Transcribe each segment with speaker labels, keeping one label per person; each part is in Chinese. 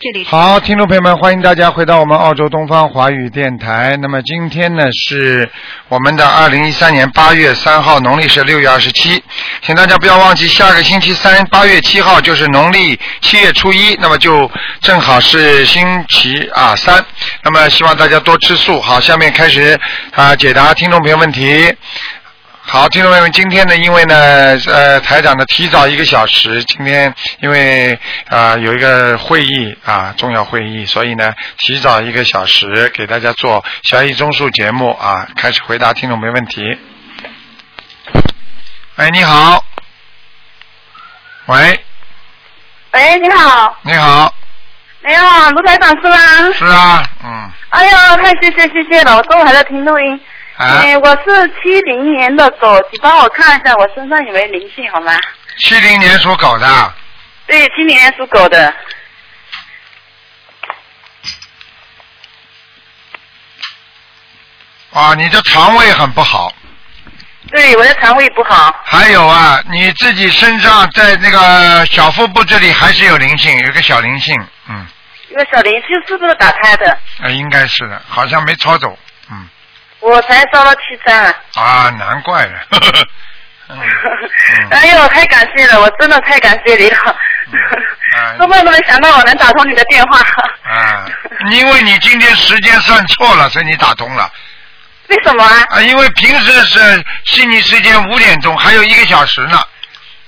Speaker 1: 这里。
Speaker 2: 好，听众朋友们，欢迎大家回到我们澳洲东方华语电台。那么今天呢是我们的二零一三年八月三号，农历是六月二十七。请大家不要忘记，下个星期三八月七号就是农历七月初一，那么就正好是星期啊三。那么希望大家多吃素。好，下面开始啊解答听众朋友问题。好，听众朋友们，今天呢，因为呢，呃，台长呢提早一个小时，今天因为啊、呃有一个会议啊，重要会议，所以呢提早一个小时给大家做小一综述节目啊，开始回答听众没问题。哎，你好，喂，
Speaker 3: 喂，哎你好，
Speaker 2: 你好，
Speaker 3: 哎呀，卢台长是吗？
Speaker 2: 是啊，嗯，
Speaker 3: 哎呀，太谢谢谢谢了，我中午还在听录音。
Speaker 2: 啊，
Speaker 3: 哎，我是七零年的狗，你帮我看一下我身上有没有灵性好吗？
Speaker 2: 七零年属狗的，啊
Speaker 3: 对，七零年属狗的。
Speaker 2: 啊，你的肠胃很不好，
Speaker 3: 对，我的肠胃不好。
Speaker 2: 还有啊，你自己身上在那个小腹部这里还是有灵性，有一个小灵性，嗯，
Speaker 3: 有个小灵性是不是打开的？
Speaker 2: 啊，应该是的，好像没抄走，嗯，
Speaker 3: 我才烧了七张啊！
Speaker 2: 啊，难怪了， 呵呵嗯，嗯
Speaker 3: 哎呦，太感谢了，我真的太感谢你了
Speaker 2: 嗯哎，
Speaker 3: 做 梦都没想到我能打通你的电话。
Speaker 2: 啊，因为你今天时间算错了，所以你打通了
Speaker 3: 为什么啊？
Speaker 2: 啊，因为平时是悉尼时间五点钟，还有一个小时呢，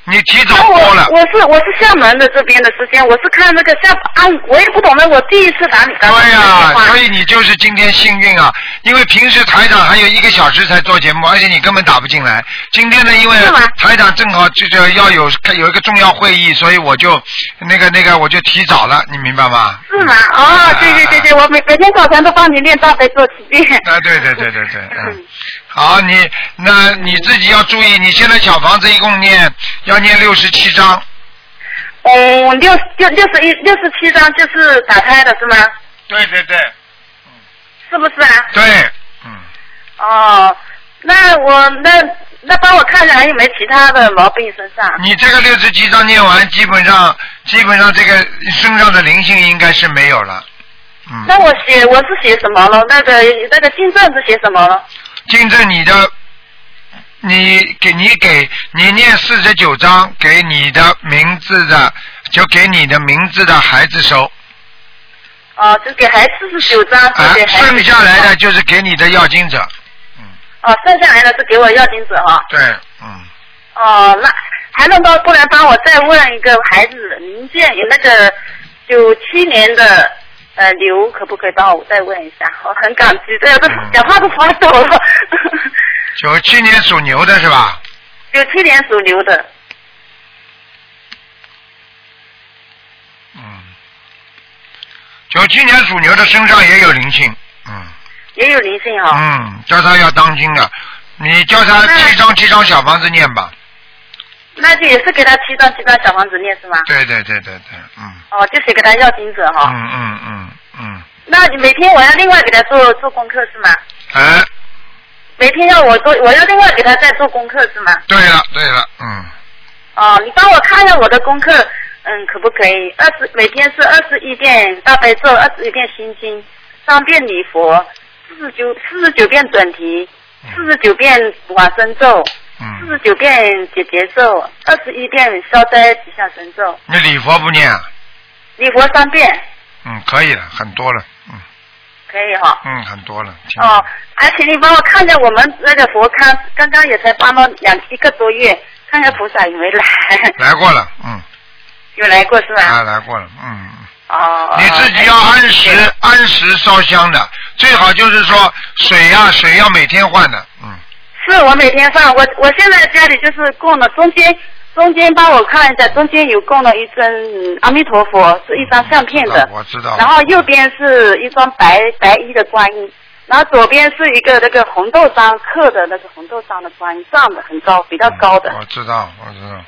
Speaker 2: 你提早
Speaker 3: 那
Speaker 2: 过了
Speaker 3: 我，我是我是厦门的这边的时间，我是看那个厦啊，我也不懂得，我第一次打你打
Speaker 2: 对
Speaker 3: 你
Speaker 2: 哎呀、
Speaker 3: 的电话。
Speaker 2: 所以你就是今天幸运啊，因为平时台长还有一个小时才做节目，而且你根本打不进来。今天呢，因为
Speaker 3: 是吗
Speaker 2: 台长正好这个要有有一个重要会议，所以我就那个那个我就提早了，你明白吗？
Speaker 3: 是吗？哦，对对对对，我每每天早晨都帮你练大悲咒七遍。
Speaker 2: 啊，对对对对对，嗯
Speaker 3: 嗯。
Speaker 2: 好，你那你自己要注意，你现在小房子一共念要念六十七章，
Speaker 3: 嗯，六六六十一六十七张就是打开的是吗？
Speaker 2: 对对对，
Speaker 3: 是不是啊？
Speaker 2: 对，嗯。
Speaker 3: 哦，那我那那帮我看一下还有没有其他的毛病身上？
Speaker 2: 你这个六十七章念完，基本上基本上这个身上的灵性应该是没有了。嗯，
Speaker 3: 那我写我是写什么了？那个那个进证是写什么了？
Speaker 2: 进正你的，你给你给你念四十九章，给你的名字的，就给你的名字的孩子收，
Speaker 3: 哦，就给孩子四十九张，
Speaker 2: 啊
Speaker 3: 是给，孩子
Speaker 2: 剩下来的就是给你的要经者。嗯
Speaker 3: 哦，剩下来的是给我要金子哈。
Speaker 2: 对，嗯，
Speaker 3: 哦，那还能帮不能帮我再问一个孩子林建有那个九七年的呃刘，可不可以帮我再问一下？我很感激，这都
Speaker 2: 嗯
Speaker 3: 讲话都发抖了。
Speaker 2: 九七年属牛的是吧？
Speaker 3: 九七年属牛的，
Speaker 2: 嗯，九七年属牛的身上也有灵性，嗯。
Speaker 3: 也有灵性哦哈、
Speaker 2: 嗯，叫他要当心的，你叫他七张七张小房子念吧。
Speaker 3: 那就也是给他七张七张小房子念是吗？
Speaker 2: 对对对对对，嗯
Speaker 3: 哦，就写给他要金子哈、
Speaker 2: 嗯嗯嗯嗯，
Speaker 3: 那你每天我要另外给他做做功课是吗？
Speaker 2: 哎，
Speaker 3: 每天要我做，我要另外给他再做功课是吗？
Speaker 2: 对了对了，嗯，
Speaker 3: 哦，你帮我看一下我的功课，嗯，可不可以？二十每天是二十一遍大悲咒，二十一遍心经，三遍礼佛，四十九四十九遍准提，四十九遍往生咒，四
Speaker 2: 嗯，
Speaker 3: 十九遍解结咒，二十一遍消灾吉祥神咒，
Speaker 2: 你礼佛不念啊？
Speaker 3: 礼佛三遍，
Speaker 2: 嗯，可以了，很多了，嗯
Speaker 3: 可以哈、
Speaker 2: 嗯，很多了。挺
Speaker 3: 哦，而且你帮我看一下我们那个佛龛，刚刚也才搬了两一个多月，看看菩萨有没有来，
Speaker 2: 来过了，嗯，
Speaker 3: 有来过是
Speaker 2: 啊，
Speaker 3: 吧？
Speaker 2: 来过了，嗯。嗯
Speaker 3: 哦，
Speaker 2: 你自己要
Speaker 3: 哎
Speaker 2: 按时按时烧香的，最好就是说水呀、水要每天换的，嗯，
Speaker 3: 是我每天放，我我现在家里就是供了，中间中间帮我看一下，中间有供了一尊嗯阿弥陀佛，是一张相片
Speaker 2: 啊
Speaker 3: 的，
Speaker 2: 我知道了。
Speaker 3: 然后右边是一张白白衣的观音，然后左边是一个那个红豆章刻的那个红豆章的观音，这样的很高，比较高的
Speaker 2: 嗯，我知道，我知道，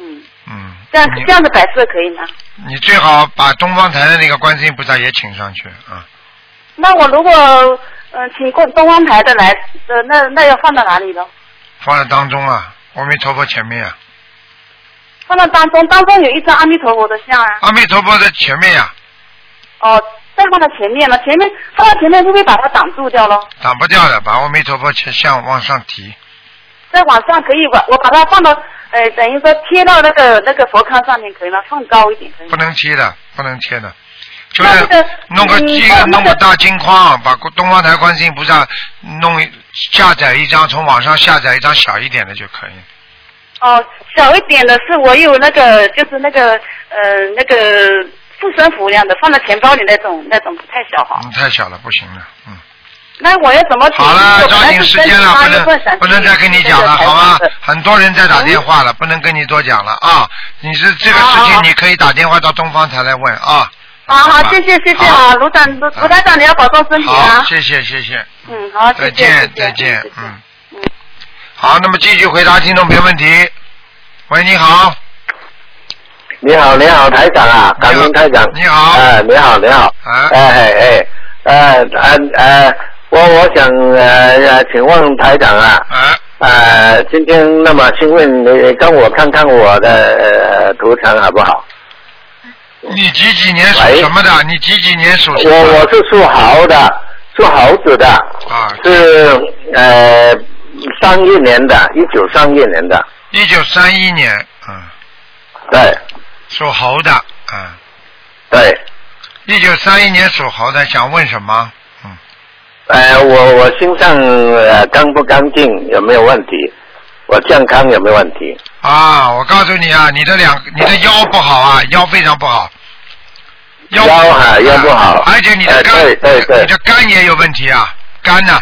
Speaker 3: 嗯，
Speaker 2: 嗯。
Speaker 3: 这样
Speaker 2: 你
Speaker 3: 这样的摆设可以吗？
Speaker 2: 你最好把东方台的那个观世音菩萨也请上去啊。
Speaker 3: 那我如果嗯、呃请供东方台的来，呃，那那要放到哪里呢？
Speaker 2: 放在当中啊，阿弥陀佛前面啊，
Speaker 3: 放到当中，当中有一张阿弥陀佛的像啊。
Speaker 2: 阿弥陀佛在前面呀、啊
Speaker 1: 哦，再放到前面了，前面放到前面会不会把它挡住掉了？
Speaker 2: 挡不掉的，把阿弥陀佛向向往上提。
Speaker 1: 再往上可以把我把它放到呃，等于说贴到那个那个佛龛上面可以吗？放高一点可以
Speaker 2: 不
Speaker 1: 吗？
Speaker 2: 能贴的，不能贴的，就
Speaker 1: 那这
Speaker 2: 是
Speaker 1: 个
Speaker 2: 弄个
Speaker 1: 嗯
Speaker 2: 金
Speaker 1: 那，
Speaker 2: 弄
Speaker 1: 那
Speaker 2: 个
Speaker 1: 个
Speaker 2: 大金框，把东方台观世音菩萨弄一下载一张，从网上下载一张小一点的就可以。
Speaker 1: 哦，小一点的是我有那个就是那个呃那个护身符一样的，放在钱包里那种那种不太小哈。
Speaker 2: 嗯，太小了，不行了，嗯。
Speaker 1: 那我要怎么处理？
Speaker 2: 好了，
Speaker 1: 嗯我本
Speaker 2: 抓
Speaker 1: 来
Speaker 2: 紧时
Speaker 1: 是
Speaker 2: 间了，
Speaker 1: 38
Speaker 2: 不
Speaker 1: 月份
Speaker 2: 能
Speaker 1: 想
Speaker 2: 不能再跟你讲了，
Speaker 1: 去
Speaker 2: 好
Speaker 1: 这个
Speaker 2: 吗
Speaker 1: 台湾的？嗯
Speaker 2: 很多人在打电话了，不能跟你多讲了啊。你是这个事
Speaker 1: 好好
Speaker 2: 情，
Speaker 1: 好
Speaker 2: 你可以打电话到东方台来问啊。
Speaker 1: 好好，谢谢谢谢啊，卢长卢卢台长，你要保重身体
Speaker 2: 好，
Speaker 1: 啊。
Speaker 2: 谢谢谢谢。
Speaker 1: 嗯，好，谢
Speaker 2: 再
Speaker 1: 谢
Speaker 2: 见，
Speaker 1: 谢谢
Speaker 2: 再见
Speaker 1: 谢谢，
Speaker 2: 嗯。好，那么继续回答听众朋友问题。喂，你好，
Speaker 4: 你好，你好，台长啊，感
Speaker 2: 你好
Speaker 4: 恩台长。
Speaker 2: 你好
Speaker 4: 哎，你好，你好。
Speaker 2: 啊
Speaker 4: 哎哎哎，呃呃呃，我我想呃呃，请问台长啊，
Speaker 2: 哎，
Speaker 4: 呃，今天那么请问你跟我看看我的呃图腾好不好？
Speaker 2: 你几几年属
Speaker 4: 喂
Speaker 2: 什么的？你几几年属什
Speaker 4: 我
Speaker 2: 么？
Speaker 4: 我是属猴的，属猴子的，
Speaker 2: 啊，
Speaker 4: 是呃三一年的，一九三一年的，
Speaker 2: 一九三一年，嗯，
Speaker 4: 对
Speaker 2: 属猴的，嗯，
Speaker 4: 对。
Speaker 2: 一九三一年属猴的，想问什么？嗯，
Speaker 4: 呃，我我心脏呃干不干净有没有问题？我健康有没有问题？
Speaker 2: 啊，我告诉你啊，你的两你的腰不好啊，腰非常不好，不
Speaker 4: 腰啊腰不好
Speaker 2: 而且你的
Speaker 4: 哎
Speaker 2: 肝，
Speaker 4: 对对对
Speaker 2: 你的肝也有问题啊，肝呐、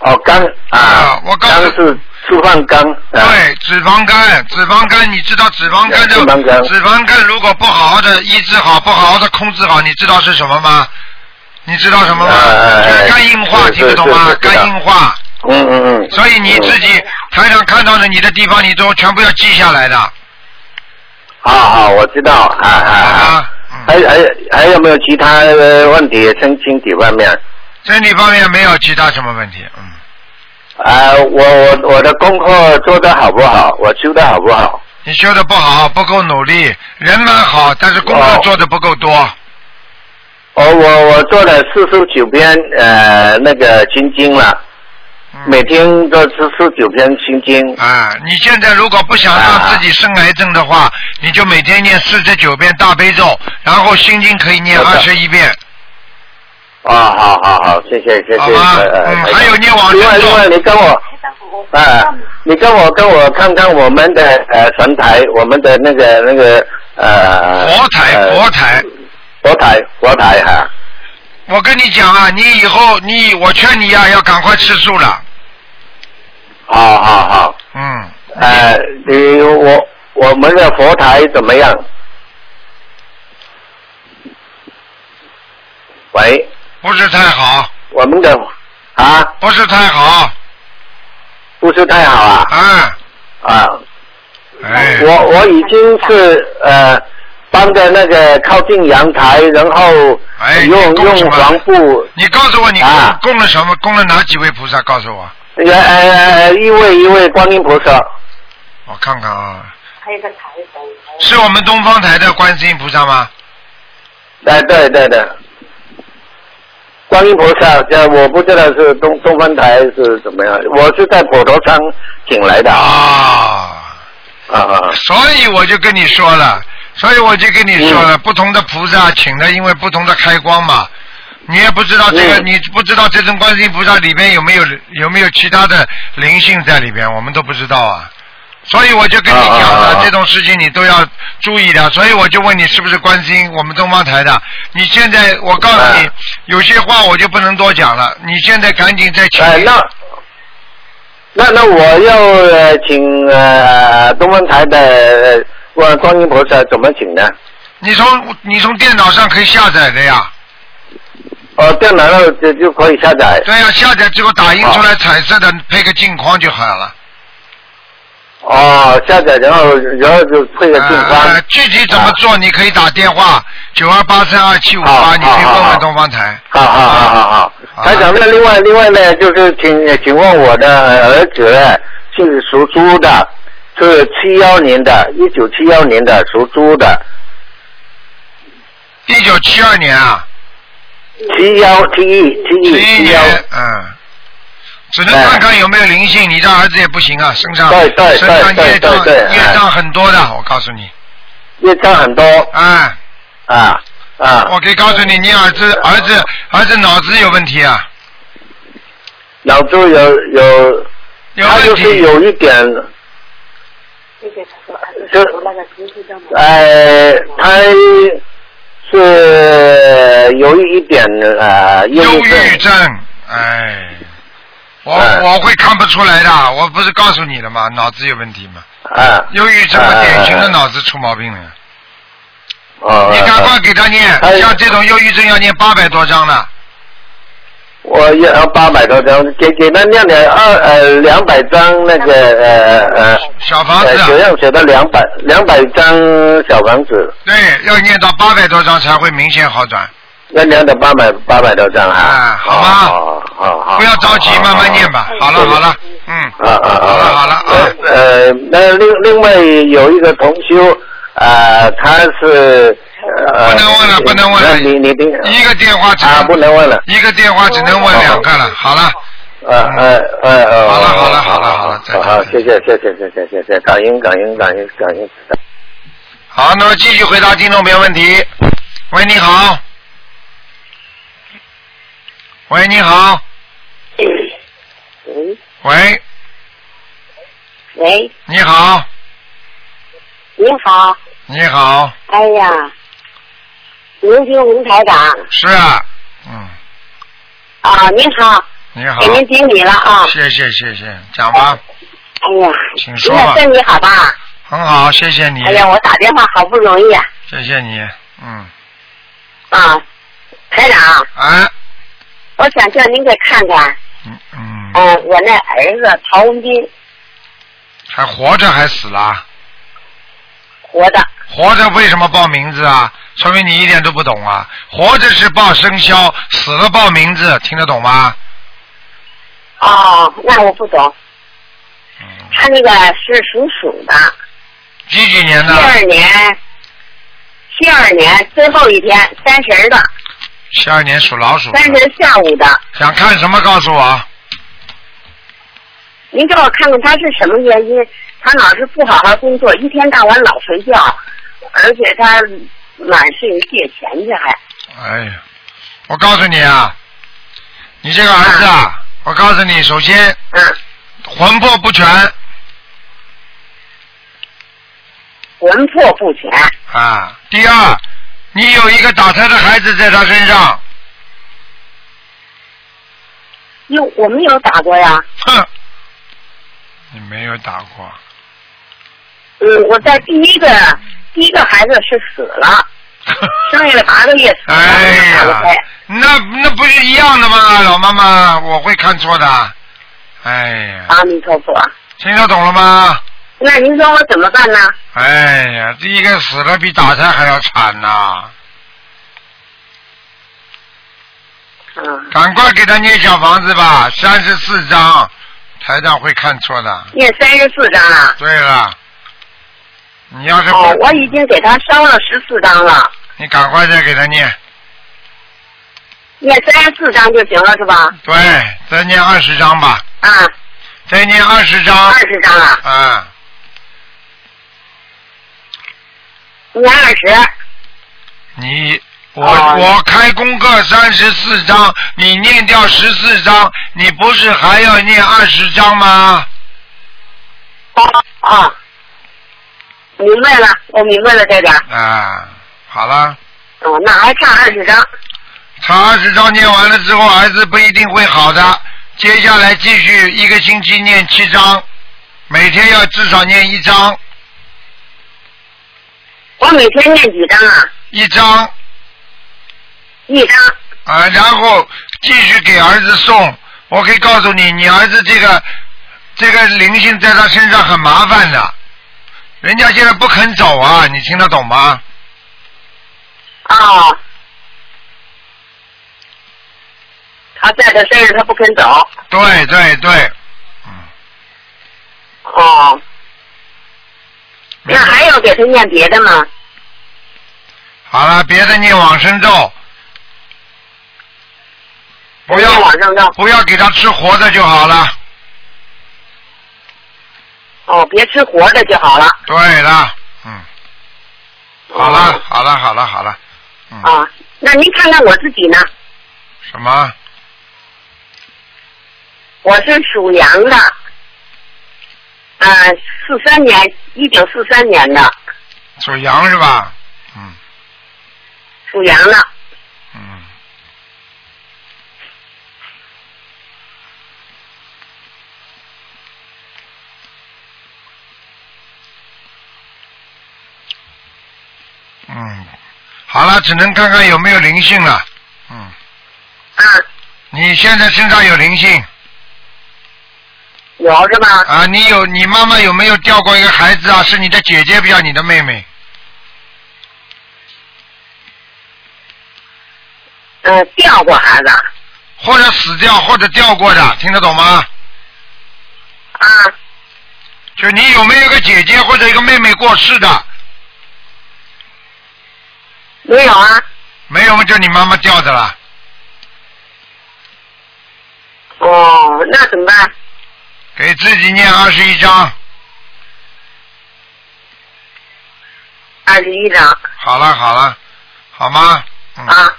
Speaker 4: 哦，肝
Speaker 2: 啊
Speaker 4: 啊，
Speaker 2: 我告
Speaker 4: 肝
Speaker 2: 诉
Speaker 4: 是触犯肝。啊、
Speaker 2: 对，脂肪肝，脂肪肝，你知道脂肪肝的
Speaker 4: 脂肪肝
Speaker 2: 脂肪肝如果不好好的医治好，不好好的控制好，你知道是什么吗？你知道什么吗？
Speaker 4: 呃
Speaker 2: 就是肝硬化，
Speaker 4: 是
Speaker 2: 听得懂
Speaker 4: 是
Speaker 2: 吗
Speaker 4: 是？是
Speaker 2: 肝硬化，
Speaker 4: 嗯嗯嗯。
Speaker 2: 所以你自己
Speaker 4: 嗯
Speaker 2: 台上看到的你的地方，你都全部要记下来的，
Speaker 4: 好好，我知道啊啊
Speaker 2: 好
Speaker 4: 啊
Speaker 2: 吧。？嗯，
Speaker 4: 还还还有没有其他呃问题？身身体方面，
Speaker 2: 身体方面没有其他什么问题，嗯，
Speaker 4: 啊、我我我的功课做得好不好？我修得好不好？
Speaker 2: 你修的不好，不够努力，人蛮好，但是工作
Speaker 4: 哦
Speaker 2: 做的不够多，
Speaker 4: 哦，我我做了四十九篇呃那个心经了，
Speaker 2: 嗯
Speaker 4: 每天都是四九篇心经。
Speaker 2: 啊，你现在如果不想让自己生癌症的话，你就每天念四十九遍大悲咒，然后心经可以念
Speaker 4: 好
Speaker 2: 二
Speaker 4: 的
Speaker 2: 十一遍。
Speaker 4: 啊，好好好，谢谢谢谢。
Speaker 2: 好吧
Speaker 4: 呃
Speaker 2: 嗯
Speaker 4: 呃台长
Speaker 2: 还有念往生
Speaker 4: 另外
Speaker 2: 咒
Speaker 4: 另外，你跟我，啊，你跟我跟我看看我们的呃神台，我们的那个那个呃
Speaker 2: 佛台，
Speaker 4: 呃
Speaker 2: 佛台，
Speaker 4: 佛台佛台哈。
Speaker 2: 我跟你讲啊，你以后你我劝你呀、要赶快吃素了。
Speaker 4: 好好好，
Speaker 2: 嗯，
Speaker 4: 呃，你我我们的佛台怎么样？喂，
Speaker 2: 不是太好，
Speaker 4: 我们的啊
Speaker 2: 不是太好，
Speaker 4: 不是太好啊
Speaker 2: 啊，
Speaker 4: 啊。
Speaker 2: 哎，
Speaker 4: 我我已经是呃搬的那个靠近阳台，然后
Speaker 2: 哎
Speaker 4: 用、
Speaker 2: 你供什么
Speaker 4: 用黄布，
Speaker 2: 你告诉我你
Speaker 4: 啊
Speaker 2: 供了什么？供了哪几位菩萨？告诉我，
Speaker 4: 呃呃一位一位观音菩萨，
Speaker 2: 我看看啊，
Speaker 3: 还有个台灯。
Speaker 2: 是我们东方台的观世音菩萨吗？
Speaker 4: 哎、对对的，观音菩萨，这我不知道是东东方台是怎么样，我是在普陀山请来的啊
Speaker 2: 啊。
Speaker 4: 啊啊
Speaker 2: 所以我就跟你说了，所以我就跟你说
Speaker 4: 嗯
Speaker 2: 了，不同的菩萨请的，因为不同的开光嘛。你也不知道这个，
Speaker 4: 嗯
Speaker 2: 你不知道这尊观世音菩萨里边有没有有没有其他的灵性在里边，我们都不知道啊。所以我就跟你讲
Speaker 4: 啊
Speaker 2: 了，
Speaker 4: 啊啊
Speaker 2: 这种事情你都要注意的。所以我就问你是不是观世音，我们东方台的？你现在我告诉你
Speaker 4: 啊，
Speaker 2: 有些话我就不能多讲了。你现在赶紧再请
Speaker 4: 哎、那。那那我要呃请呃东方台的呃观观音菩萨怎么请呢？
Speaker 2: 你从你从电脑上可以下载的呀。
Speaker 4: 哦，电脑上就就可以下载。
Speaker 2: 对呀、下载之后打印出来彩色的，配个镜框就好了。
Speaker 4: 哦，下载，然后然后就配个镜框。啊
Speaker 2: 呃，具体怎么做，你可以打电话九二八三二七五
Speaker 4: 好
Speaker 2: 八，你可以问
Speaker 4: 好好
Speaker 2: 问
Speaker 4: 好
Speaker 2: 东方台。
Speaker 4: 好好好好好。台长，那另外另外呢，就是请请问我的儿子是属猪的，是七幺年的，一九七幺年的属猪的，
Speaker 2: 一九七二年啊，
Speaker 4: 七幺七一七一
Speaker 2: 十一
Speaker 4: 幺，
Speaker 2: 年，嗯，只能看看有没有灵性。你这儿子也不行啊，身上
Speaker 4: 对对
Speaker 2: 身上
Speaker 4: 对
Speaker 2: 业障
Speaker 4: 对对对哎
Speaker 2: 业障很多的，我告诉你，
Speaker 4: 业障很多
Speaker 2: 啊，
Speaker 4: 啊啊
Speaker 2: 我，可以告诉你，你儿子儿子儿子脑子有问题啊，
Speaker 4: 脑子有有，
Speaker 2: 有
Speaker 4: 他
Speaker 2: 问
Speaker 4: 就是
Speaker 2: 题，
Speaker 4: 有一点，就呃，他是有一点呃忧
Speaker 2: 忧
Speaker 4: 郁症
Speaker 2: 郁症，哎，我
Speaker 4: 哎
Speaker 2: 我会看不出来的，我不是告诉你了吗？脑子有问题嘛，
Speaker 4: 啊，
Speaker 2: 忧郁症嘛，
Speaker 4: 哎
Speaker 2: 典型的
Speaker 4: 哎
Speaker 2: 脑子出毛病了。
Speaker 4: 哦，
Speaker 2: 你赶
Speaker 4: 哦
Speaker 2: 快给他念
Speaker 4: 哎，
Speaker 2: 像这种忧郁症要念八百多张了。
Speaker 4: 我要八百多张，给给他念点二呃两百张那个呃呃
Speaker 2: 小房子
Speaker 4: 呃
Speaker 2: 啊，
Speaker 4: 学校写的两百两百张小房子，
Speaker 2: 对，要念到八百多张才会明显好转。
Speaker 4: 那念的八百八百多张
Speaker 2: 啊
Speaker 4: 啊，
Speaker 2: 好吗
Speaker 4: 好好好，
Speaker 2: 不要着急，
Speaker 4: 好
Speaker 2: 慢慢念吧。好了好。
Speaker 4: 好
Speaker 2: 了，嗯，
Speaker 4: 啊啊啊！
Speaker 2: 好了好了啊
Speaker 4: 呃呃，那另另外有一个同修，啊，他是呃，
Speaker 2: 不能问了不能问了
Speaker 4: 那你你听
Speaker 2: 一个电话只
Speaker 4: 啊，不
Speaker 2: 能
Speaker 4: 能问了，
Speaker 2: 一个电话只能问两个了。好了，
Speaker 4: 呃呃呃呃，
Speaker 2: 好了好了好了好了再见
Speaker 4: 好，
Speaker 2: 再
Speaker 4: 谢
Speaker 2: 见
Speaker 4: 谢谢谢谢谢谢谢，感恩感恩感恩感恩。
Speaker 2: 好，那么继续回答听众朋友问题。喂，你好。喂，你好。
Speaker 5: 喂
Speaker 2: 喂，
Speaker 5: 喂，
Speaker 2: 你好，
Speaker 5: 你好，
Speaker 2: 你好，
Speaker 5: 哎呀，您是吴台长
Speaker 2: 是啊，嗯，
Speaker 5: 啊，您好，
Speaker 2: 你好
Speaker 5: 给，您顶礼了啊，
Speaker 2: 谢谢谢谢，讲吧，
Speaker 5: 哎呀，
Speaker 2: 请
Speaker 5: 您
Speaker 2: 说嗯吧
Speaker 5: 的身体好吧？
Speaker 2: 很好，谢谢你，
Speaker 5: 哎呀，我打电话好不容易啊，
Speaker 2: 谢谢你，嗯，
Speaker 5: 啊，台长，
Speaker 2: 哎，
Speaker 5: 我想叫您给看看，
Speaker 2: 嗯嗯。
Speaker 5: 嗯、我那儿子曹文斌
Speaker 2: 还活着还死了？
Speaker 5: 活的，
Speaker 2: 活着为什么报名字啊？说明你一点都不懂啊！活着是报生肖，死了报名字，听得懂吗？
Speaker 5: 哦，那我不懂，
Speaker 2: 嗯，
Speaker 5: 他那个是属鼠的，
Speaker 2: 几几年
Speaker 5: 七
Speaker 2: 的？
Speaker 5: 二年，七二年最后一天，三十儿的，
Speaker 2: 七二年属老鼠的
Speaker 5: 三。十下午的。
Speaker 2: 想看什么？告诉我。
Speaker 5: 您给我看看他是什么原因？他老是不好好工作，一天到晚老睡觉，而且他满是借钱去还。
Speaker 2: 哎呀，我告诉你啊，你这个儿子啊，我告诉你，首先
Speaker 5: 嗯，
Speaker 2: 魂魄不全
Speaker 5: 魂魄不全。
Speaker 2: 啊。第二，你有一个打胎的孩子在他身上，
Speaker 5: 哟，我没有打过呀。
Speaker 2: 哼，你没有打过。
Speaker 5: 嗯，我在第一个第一个孩子是死了，生下来八个月死了，
Speaker 2: 哎
Speaker 5: 打过
Speaker 2: 呀
Speaker 5: 胎。，
Speaker 2: 那那不是一样的吗？老妈妈，我会看错的。哎呀，
Speaker 5: 阿弥陀佛，
Speaker 2: 听得懂了吗？
Speaker 5: 那您说我怎么办呢？
Speaker 2: 哎呀，第一个死了比打胎还要惨呐、
Speaker 5: 嗯，
Speaker 2: 赶快给他念小房子吧，三十四章，台长会看错的。
Speaker 5: 念三十四章啊。
Speaker 2: 对了，你要是不，
Speaker 5: 哦，我已经给他烧了十四章了，
Speaker 2: 你赶快再给他念，
Speaker 5: 念三十四章就行了是吧？
Speaker 2: 对，再念二十章吧，
Speaker 5: 啊，
Speaker 2: 再念二十章
Speaker 5: 二，十章啊。
Speaker 2: 啊，
Speaker 5: 年二十，
Speaker 2: 你我、
Speaker 5: 哦
Speaker 2: 我开功课三十四章，你念掉十四章，你不是还要念二十章吗？
Speaker 5: 哦哦，明白了，我明白了这点儿。
Speaker 2: 啊，好了，
Speaker 5: 哦，那还差二十张。
Speaker 2: 他二十章念完了之后，儿子不一定会好的。接下来继续一个星期念七章，每天要至少念一章，
Speaker 5: 我每天念几张啊？
Speaker 2: 一章
Speaker 5: 一张。
Speaker 2: 啊，然后继续给儿子送。我可以告诉你，你儿子这个这个灵性在他身上很麻烦的，人家现在不肯走啊，你听得懂吗？
Speaker 5: 哦，他在他身上，他不肯走。
Speaker 2: 对对对，
Speaker 5: 哦，那还要给他念别的吗？
Speaker 2: 好了，别的念往生咒，不要
Speaker 5: 在网上要
Speaker 2: 不要给他吃活的就好了。
Speaker 5: 哦，别吃活的就好了。
Speaker 2: 对了，嗯，
Speaker 5: 哦
Speaker 2: 好了，好了，好了，好了，嗯，
Speaker 5: 啊，那您看看我自己呢？
Speaker 2: 什么？
Speaker 5: 我是属羊的，呃，四三年，一九四三年的，
Speaker 2: 属羊是吧？嗯
Speaker 5: 属羊的。啊
Speaker 2: 嗯，嗯，好了，只能看看有没有灵性了。嗯，
Speaker 5: 啊，
Speaker 2: 你现在身上有灵性
Speaker 5: 有是吧？
Speaker 2: 啊？你有你妈妈有没有掉过一个孩子啊？是你的姐姐，不要你的妹妹。
Speaker 5: 嗯、掉过孩子
Speaker 2: 或者死掉，或者掉过的，听得懂吗？
Speaker 5: 啊，
Speaker 2: 就你有没有一个姐姐或者一个妹妹过世的？
Speaker 5: 没有啊？
Speaker 2: 没有嘛，就你妈妈掉的了。
Speaker 5: 哦，那怎么办？
Speaker 2: 给自己念二十一章，
Speaker 5: 二十一张
Speaker 2: 好了好了，好吗？嗯，
Speaker 5: 啊，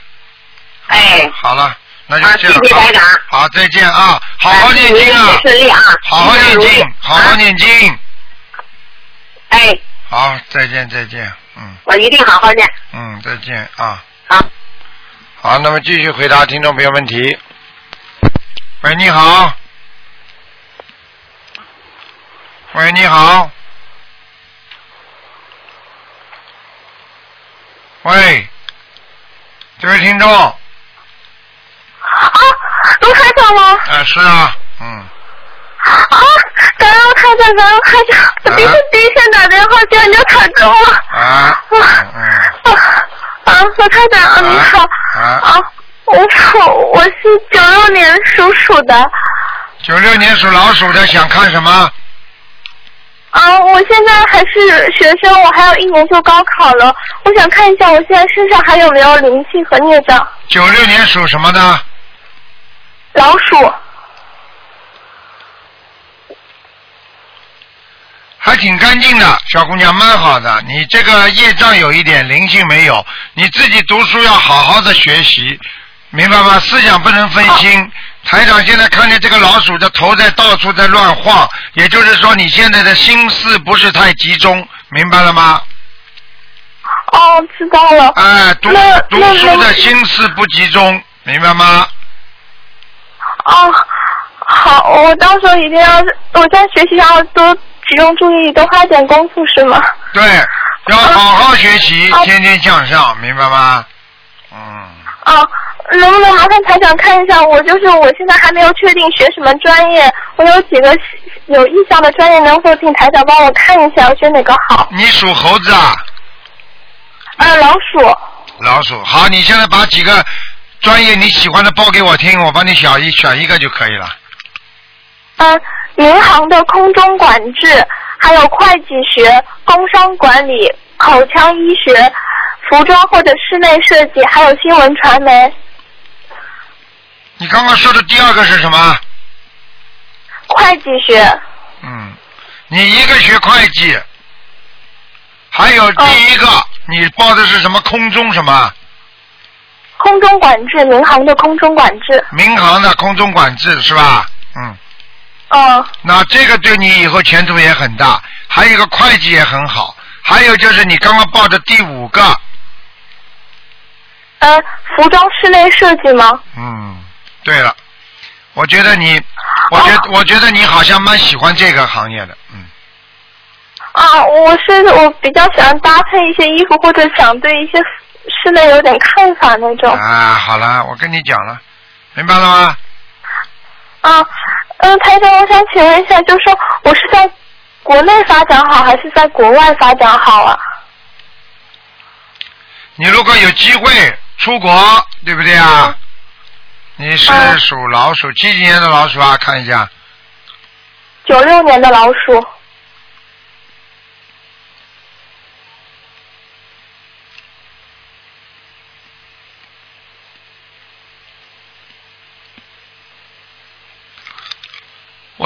Speaker 5: 哎，
Speaker 2: 好了，嗯那
Speaker 5: 啊
Speaker 2: 就这样。
Speaker 5: 谢谢台长
Speaker 2: 好，好再见啊！好好念经
Speaker 5: 哎
Speaker 2: 啊
Speaker 5: 祝您一！切顺利啊，
Speaker 2: 好好
Speaker 5: 一切
Speaker 2: 念
Speaker 5: 如意
Speaker 2: 经，好好
Speaker 5: 啊
Speaker 2: 念经。
Speaker 5: 哎，
Speaker 2: 好，再见再见，嗯
Speaker 5: 啊我一定好好念，
Speaker 2: 嗯，再见啊！
Speaker 5: 好。
Speaker 2: 好，那么继续回答听众朋友问题。喂，你好。喂，你好。喂，这位听众，啊、
Speaker 6: 啊，卢台长吗？
Speaker 2: 是啊，嗯，
Speaker 6: 啊，感恩卢台长，感恩卢台长，我第一次第一天打电话，竟然就卡住了。
Speaker 2: 啊，嗯嗯，
Speaker 6: 啊啊，卢台长，啊你好。
Speaker 2: 啊
Speaker 6: 啊，我我我是九六年属鼠的。
Speaker 2: 九六年属老鼠的想看什么？
Speaker 6: 啊，我现在还是学生，我还要一年就高考了。我想看一下，我现在身上还有没有灵气和孽障？
Speaker 2: 九六年属什么的？
Speaker 6: 老鼠，
Speaker 2: 还挺干净的，小姑娘蛮好的。你这个业障有一点灵性没有？你自己读书要好好的学习，明白吗？思想不能分
Speaker 6: 哦
Speaker 2: 心。台长现在看见这个老鼠的头在到处在乱晃，也就是说你现在的心思不是太集中，明白了吗？
Speaker 6: 哦，知道了。
Speaker 2: 哎，读
Speaker 6: 那
Speaker 2: 读
Speaker 6: 那
Speaker 2: 书的
Speaker 6: 能
Speaker 2: 心思不集中，明白吗？
Speaker 6: 哦，好，我到时候一定要，我在学习上要多集中注意，多花点功夫，是吗？
Speaker 2: 对，要好好学习，
Speaker 6: 啊
Speaker 2: 天天向上，明白吗？嗯。
Speaker 6: 啊，能不能麻烦台长看一下？我就是我现在还没有确定学什么专业，我有几个有意向的专业，能否请台长帮我看一下，我选哪个好？
Speaker 2: 你属猴子啊？
Speaker 6: 啊，老鼠。
Speaker 2: 老鼠，好，你现在把几个专业你喜欢的报给我听，我帮你选一选一个就可以了。
Speaker 6: 嗯，民航的空中管制，还有会计学、工商管理、口腔医学、服装或者室内设计，还有新闻传媒、
Speaker 2: 你刚刚说的第二个是什么？
Speaker 6: 会计学。
Speaker 2: 嗯，你一个学会计，还有第一个、你报的是什么空中什么
Speaker 6: 空中管制，民航的空中管制。
Speaker 2: 民航的空中管制是吧？嗯，
Speaker 6: 嗯，
Speaker 2: 那这个对你以后前途也很大，还有一个会计也很好，还有就是你刚刚报的第五个，
Speaker 6: 呃，服装室内设计吗？
Speaker 2: 嗯，对了，我觉得你，我觉我觉得你好像蛮喜欢这个行业的，嗯。
Speaker 6: 啊，我是我比较喜欢搭配一些衣服，或者想对一些室内有点看法那种。
Speaker 2: 啊，好了，我跟你讲了，明白了吗？
Speaker 6: 啊，嗯，台长，我想请问一下，就是说我是在国内发展好，还是在国外发展好啊？
Speaker 2: 你如果有机会出国，对不对啊？你是
Speaker 6: 嗯
Speaker 2: 属老鼠，几几年的老鼠啊？看一下，
Speaker 6: 九六年的老鼠，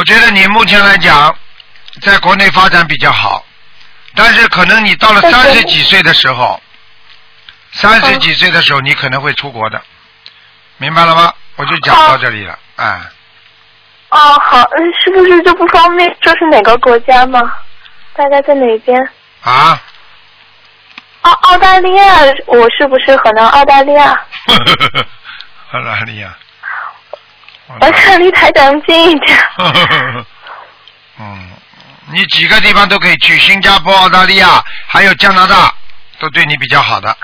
Speaker 2: 觉得你目前来讲，在国内发展比较好，但是可能你到了
Speaker 7: 但是
Speaker 2: 三十几岁的时候，三
Speaker 6: 嗯
Speaker 2: 十几岁的时候你可能会出国的，明白了吗？我就讲到这里了，啊、
Speaker 6: 啊
Speaker 7: 哦，好，嗯，是不是就不方便说是哪个国家吗？大概在哪边？
Speaker 2: 啊，
Speaker 6: 哦
Speaker 7: 澳澳大利亚，我是不是可能澳大利亚？
Speaker 2: 澳大利亚，澳大
Speaker 7: 我
Speaker 2: 利亚
Speaker 7: 想离台长近一点。
Speaker 2: 嗯，你几个地方都可以去，新加坡、澳大利亚，还有加拿大，都对你比较好的。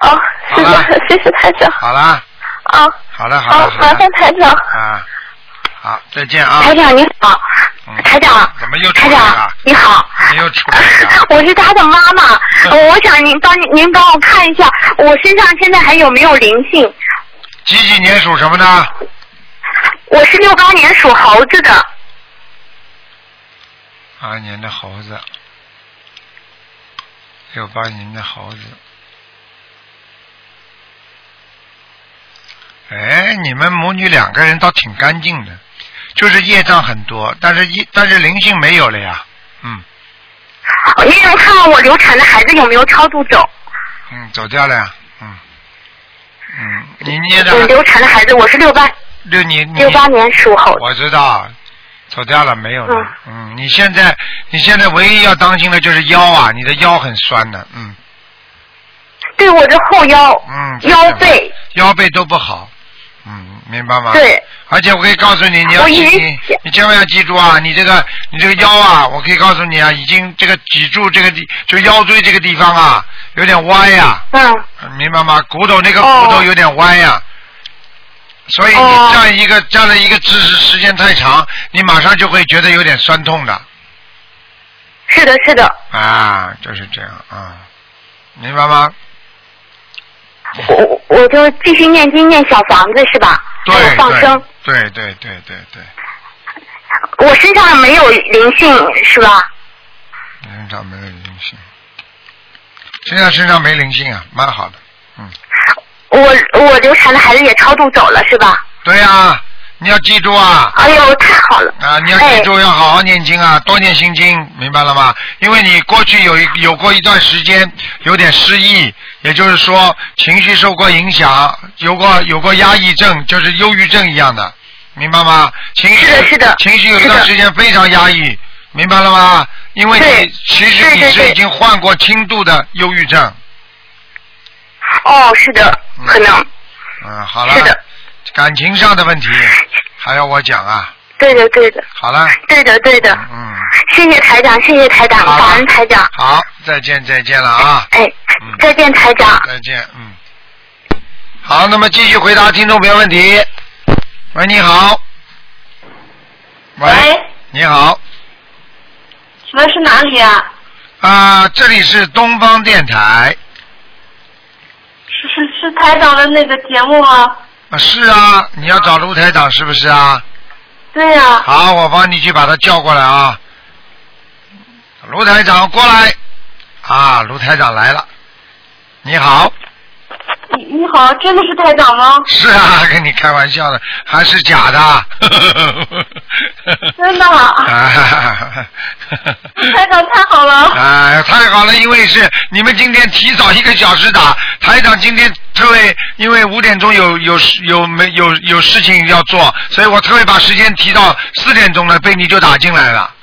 Speaker 7: 哦，是
Speaker 2: 好了
Speaker 7: 的，谢谢台长。
Speaker 2: 好啦，
Speaker 7: 啊，
Speaker 2: 好了，好
Speaker 6: 哦
Speaker 7: 好
Speaker 2: 了，，好
Speaker 7: 麻
Speaker 2: 了
Speaker 7: 烦台长。
Speaker 2: 啊，好，再见啊。
Speaker 6: 台长你好，
Speaker 2: 嗯
Speaker 6: 台长，
Speaker 2: 怎么又出
Speaker 6: 台
Speaker 2: 来
Speaker 6: 长
Speaker 2: 了？
Speaker 6: 你好，
Speaker 2: 你又出来了
Speaker 6: 我是他的妈 妈，呃我想您帮您帮我看一下，我身上现在还有没有灵性？
Speaker 2: 几几年属什么的？
Speaker 6: 我是六八年属猴子的，
Speaker 2: 八年的猴子，六八年的猴子。哎，你们母女两个人倒挺干净的，就是业障很多，但是业但是灵性没有了呀。嗯
Speaker 6: 您能看看我流产的孩子有没有超度走？
Speaker 2: 嗯，走掉了呀。嗯嗯，你念
Speaker 6: 我
Speaker 2: 的
Speaker 6: 流产的孩子，我是六八
Speaker 2: 六你你
Speaker 6: 六八年属猴的。
Speaker 2: 嗯我知道，走掉了没有了。嗯，你现在你现在唯一要当心的就是腰啊，你的腰很酸的，嗯
Speaker 6: 对我的后腰、
Speaker 2: 嗯，
Speaker 6: 腰背，
Speaker 2: 腰背都不好，嗯，明白吗？。
Speaker 6: 对，
Speaker 2: 而且我可以告诉你，你要
Speaker 6: 我
Speaker 2: 记
Speaker 6: 以为
Speaker 2: 你你千万要记住啊，你这个你这个腰啊，我可以告诉你啊，已经这个脊柱这个地就腰椎这个地方啊，有点歪呀、
Speaker 6: 嗯，
Speaker 2: 明白吗？骨头那个
Speaker 6: 哦
Speaker 2: 骨头有点歪呀、所以
Speaker 6: 哦
Speaker 2: 你站一个、站了一个姿势时间太长，你马上就会觉得有点酸痛的
Speaker 6: 是的，是的，
Speaker 2: 啊，就是这样啊，明白吗？
Speaker 6: 我我我就继续念经念小房子是吧？
Speaker 2: 嗯对
Speaker 6: 还有放生，
Speaker 2: 对对对对对，
Speaker 6: 我身上没有灵性是吧？
Speaker 2: 你身上没有灵性，现在身上没灵性啊，蛮好的，嗯，
Speaker 6: 我我流产的孩子也超度走了是吧？
Speaker 2: 对呀、你要记住啊。
Speaker 6: 哎呦，太好了！哎
Speaker 2: 啊，你要记住，要好好念经啊，多念心经，明白了吗？因为你过去有一有过一段时间有点失忆，也就是说情绪受过影响，有过有过压抑症，就是忧郁症一样的，明白吗？情绪
Speaker 6: 是的是的
Speaker 2: 情绪有一
Speaker 6: 是
Speaker 2: 段
Speaker 6: 的
Speaker 2: 时间非常压抑，明白了吗？因为你
Speaker 6: 对
Speaker 2: 其实
Speaker 6: 对
Speaker 2: 你
Speaker 6: 对
Speaker 2: 是
Speaker 6: 对
Speaker 2: 已经患过轻度的忧郁症，
Speaker 6: 哦，是的，
Speaker 2: 嗯
Speaker 6: 可能
Speaker 2: 嗯，好了
Speaker 6: 是的，
Speaker 2: 感情上的问题还要我讲啊？
Speaker 6: 对的，对的，
Speaker 2: 好了，
Speaker 6: 对的，对的。
Speaker 2: 嗯嗯，
Speaker 6: 谢谢台长，谢谢台长，
Speaker 2: 好了
Speaker 6: 感恩台长。
Speaker 2: 好，再见再见了啊。
Speaker 6: 哎
Speaker 2: 嗯，
Speaker 6: 再见，台长。
Speaker 2: 再见，嗯。好，那么继续回答听众朋友问题。喂，你好。喂，
Speaker 3: 喂，
Speaker 2: 你好。
Speaker 3: 请问是哪里啊？
Speaker 2: 啊、这里是东方电台。
Speaker 3: 是是是台长的那个节目吗？
Speaker 2: 啊，是啊，你要找卢台长是不是啊？
Speaker 3: 对啊呀、
Speaker 2: 好，我帮你去把他叫过来啊。卢台长过来。啊，卢台长来了。你好。
Speaker 3: 你你好，真的是台长吗？
Speaker 2: 是啊，跟你开玩笑的，还是假的？
Speaker 3: 真的啊，
Speaker 2: 啊，嗯
Speaker 3: 台长太好 了。
Speaker 2: 啊，太好了，因为是你们今天提早一个小时打，台长今天特为因为五点钟有有有没有有事情要做，所以我特别把时间提到四点钟了，被你就打进来了。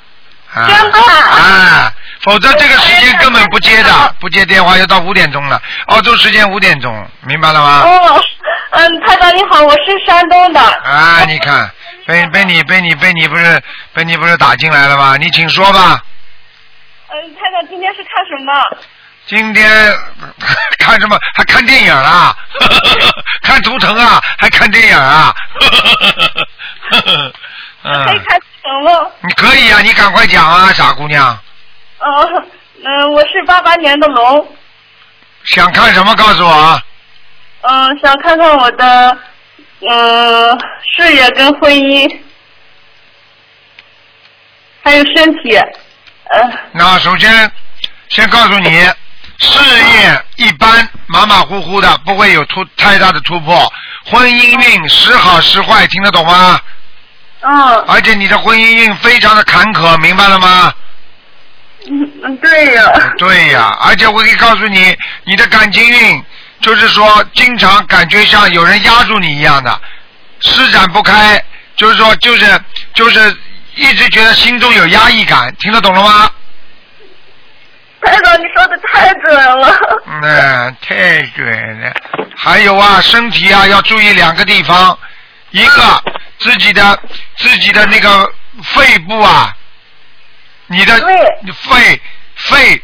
Speaker 2: 啊、
Speaker 3: 真的
Speaker 2: 啊，否则这个时间根本不接
Speaker 3: 哦
Speaker 2: 的，不接电话要到五点钟了，澳洲时间五点钟，明白了吗？
Speaker 3: 哦，嗯，台长你好，我是山东的。
Speaker 2: 啊，你看，被被你被你被你不是被你不是打进来了吗？你请说吧。
Speaker 3: 嗯，台长今天是看什么？
Speaker 2: 今天 看什么？还看电影啊？ 看图腾啊？还看电影啊？
Speaker 3: 可以
Speaker 2: 嗯，
Speaker 3: 看什么？
Speaker 2: 你可以啊，你赶快讲啊，傻姑娘，
Speaker 3: 嗯嗯，我是八八年的龙，
Speaker 2: 想看什么告诉我啊？
Speaker 3: 嗯，想看看我的嗯事业跟婚姻，还有身体。嗯，
Speaker 2: 那首先先告诉你，事业一般马马虎虎的，不会有突太大的突破。婚姻运时好时坏，听得懂吗？
Speaker 6: 嗯
Speaker 2: 而且你的婚姻运非常的坎坷，明白了吗？
Speaker 6: 嗯嗯，对呀、
Speaker 2: 对呀、而且我可以告诉你，你的感情运就是说，经常感觉像有人压住你一样的，施展不开，就是说，就是就是一直觉得心中有压抑感，听得懂了吗？
Speaker 6: 台长，你说的太准了。
Speaker 2: 嗯，太准了。还有啊，身体啊要注意两个地方，一个自己的自己的那个肺部啊，你的
Speaker 6: 对
Speaker 2: 你肺肺，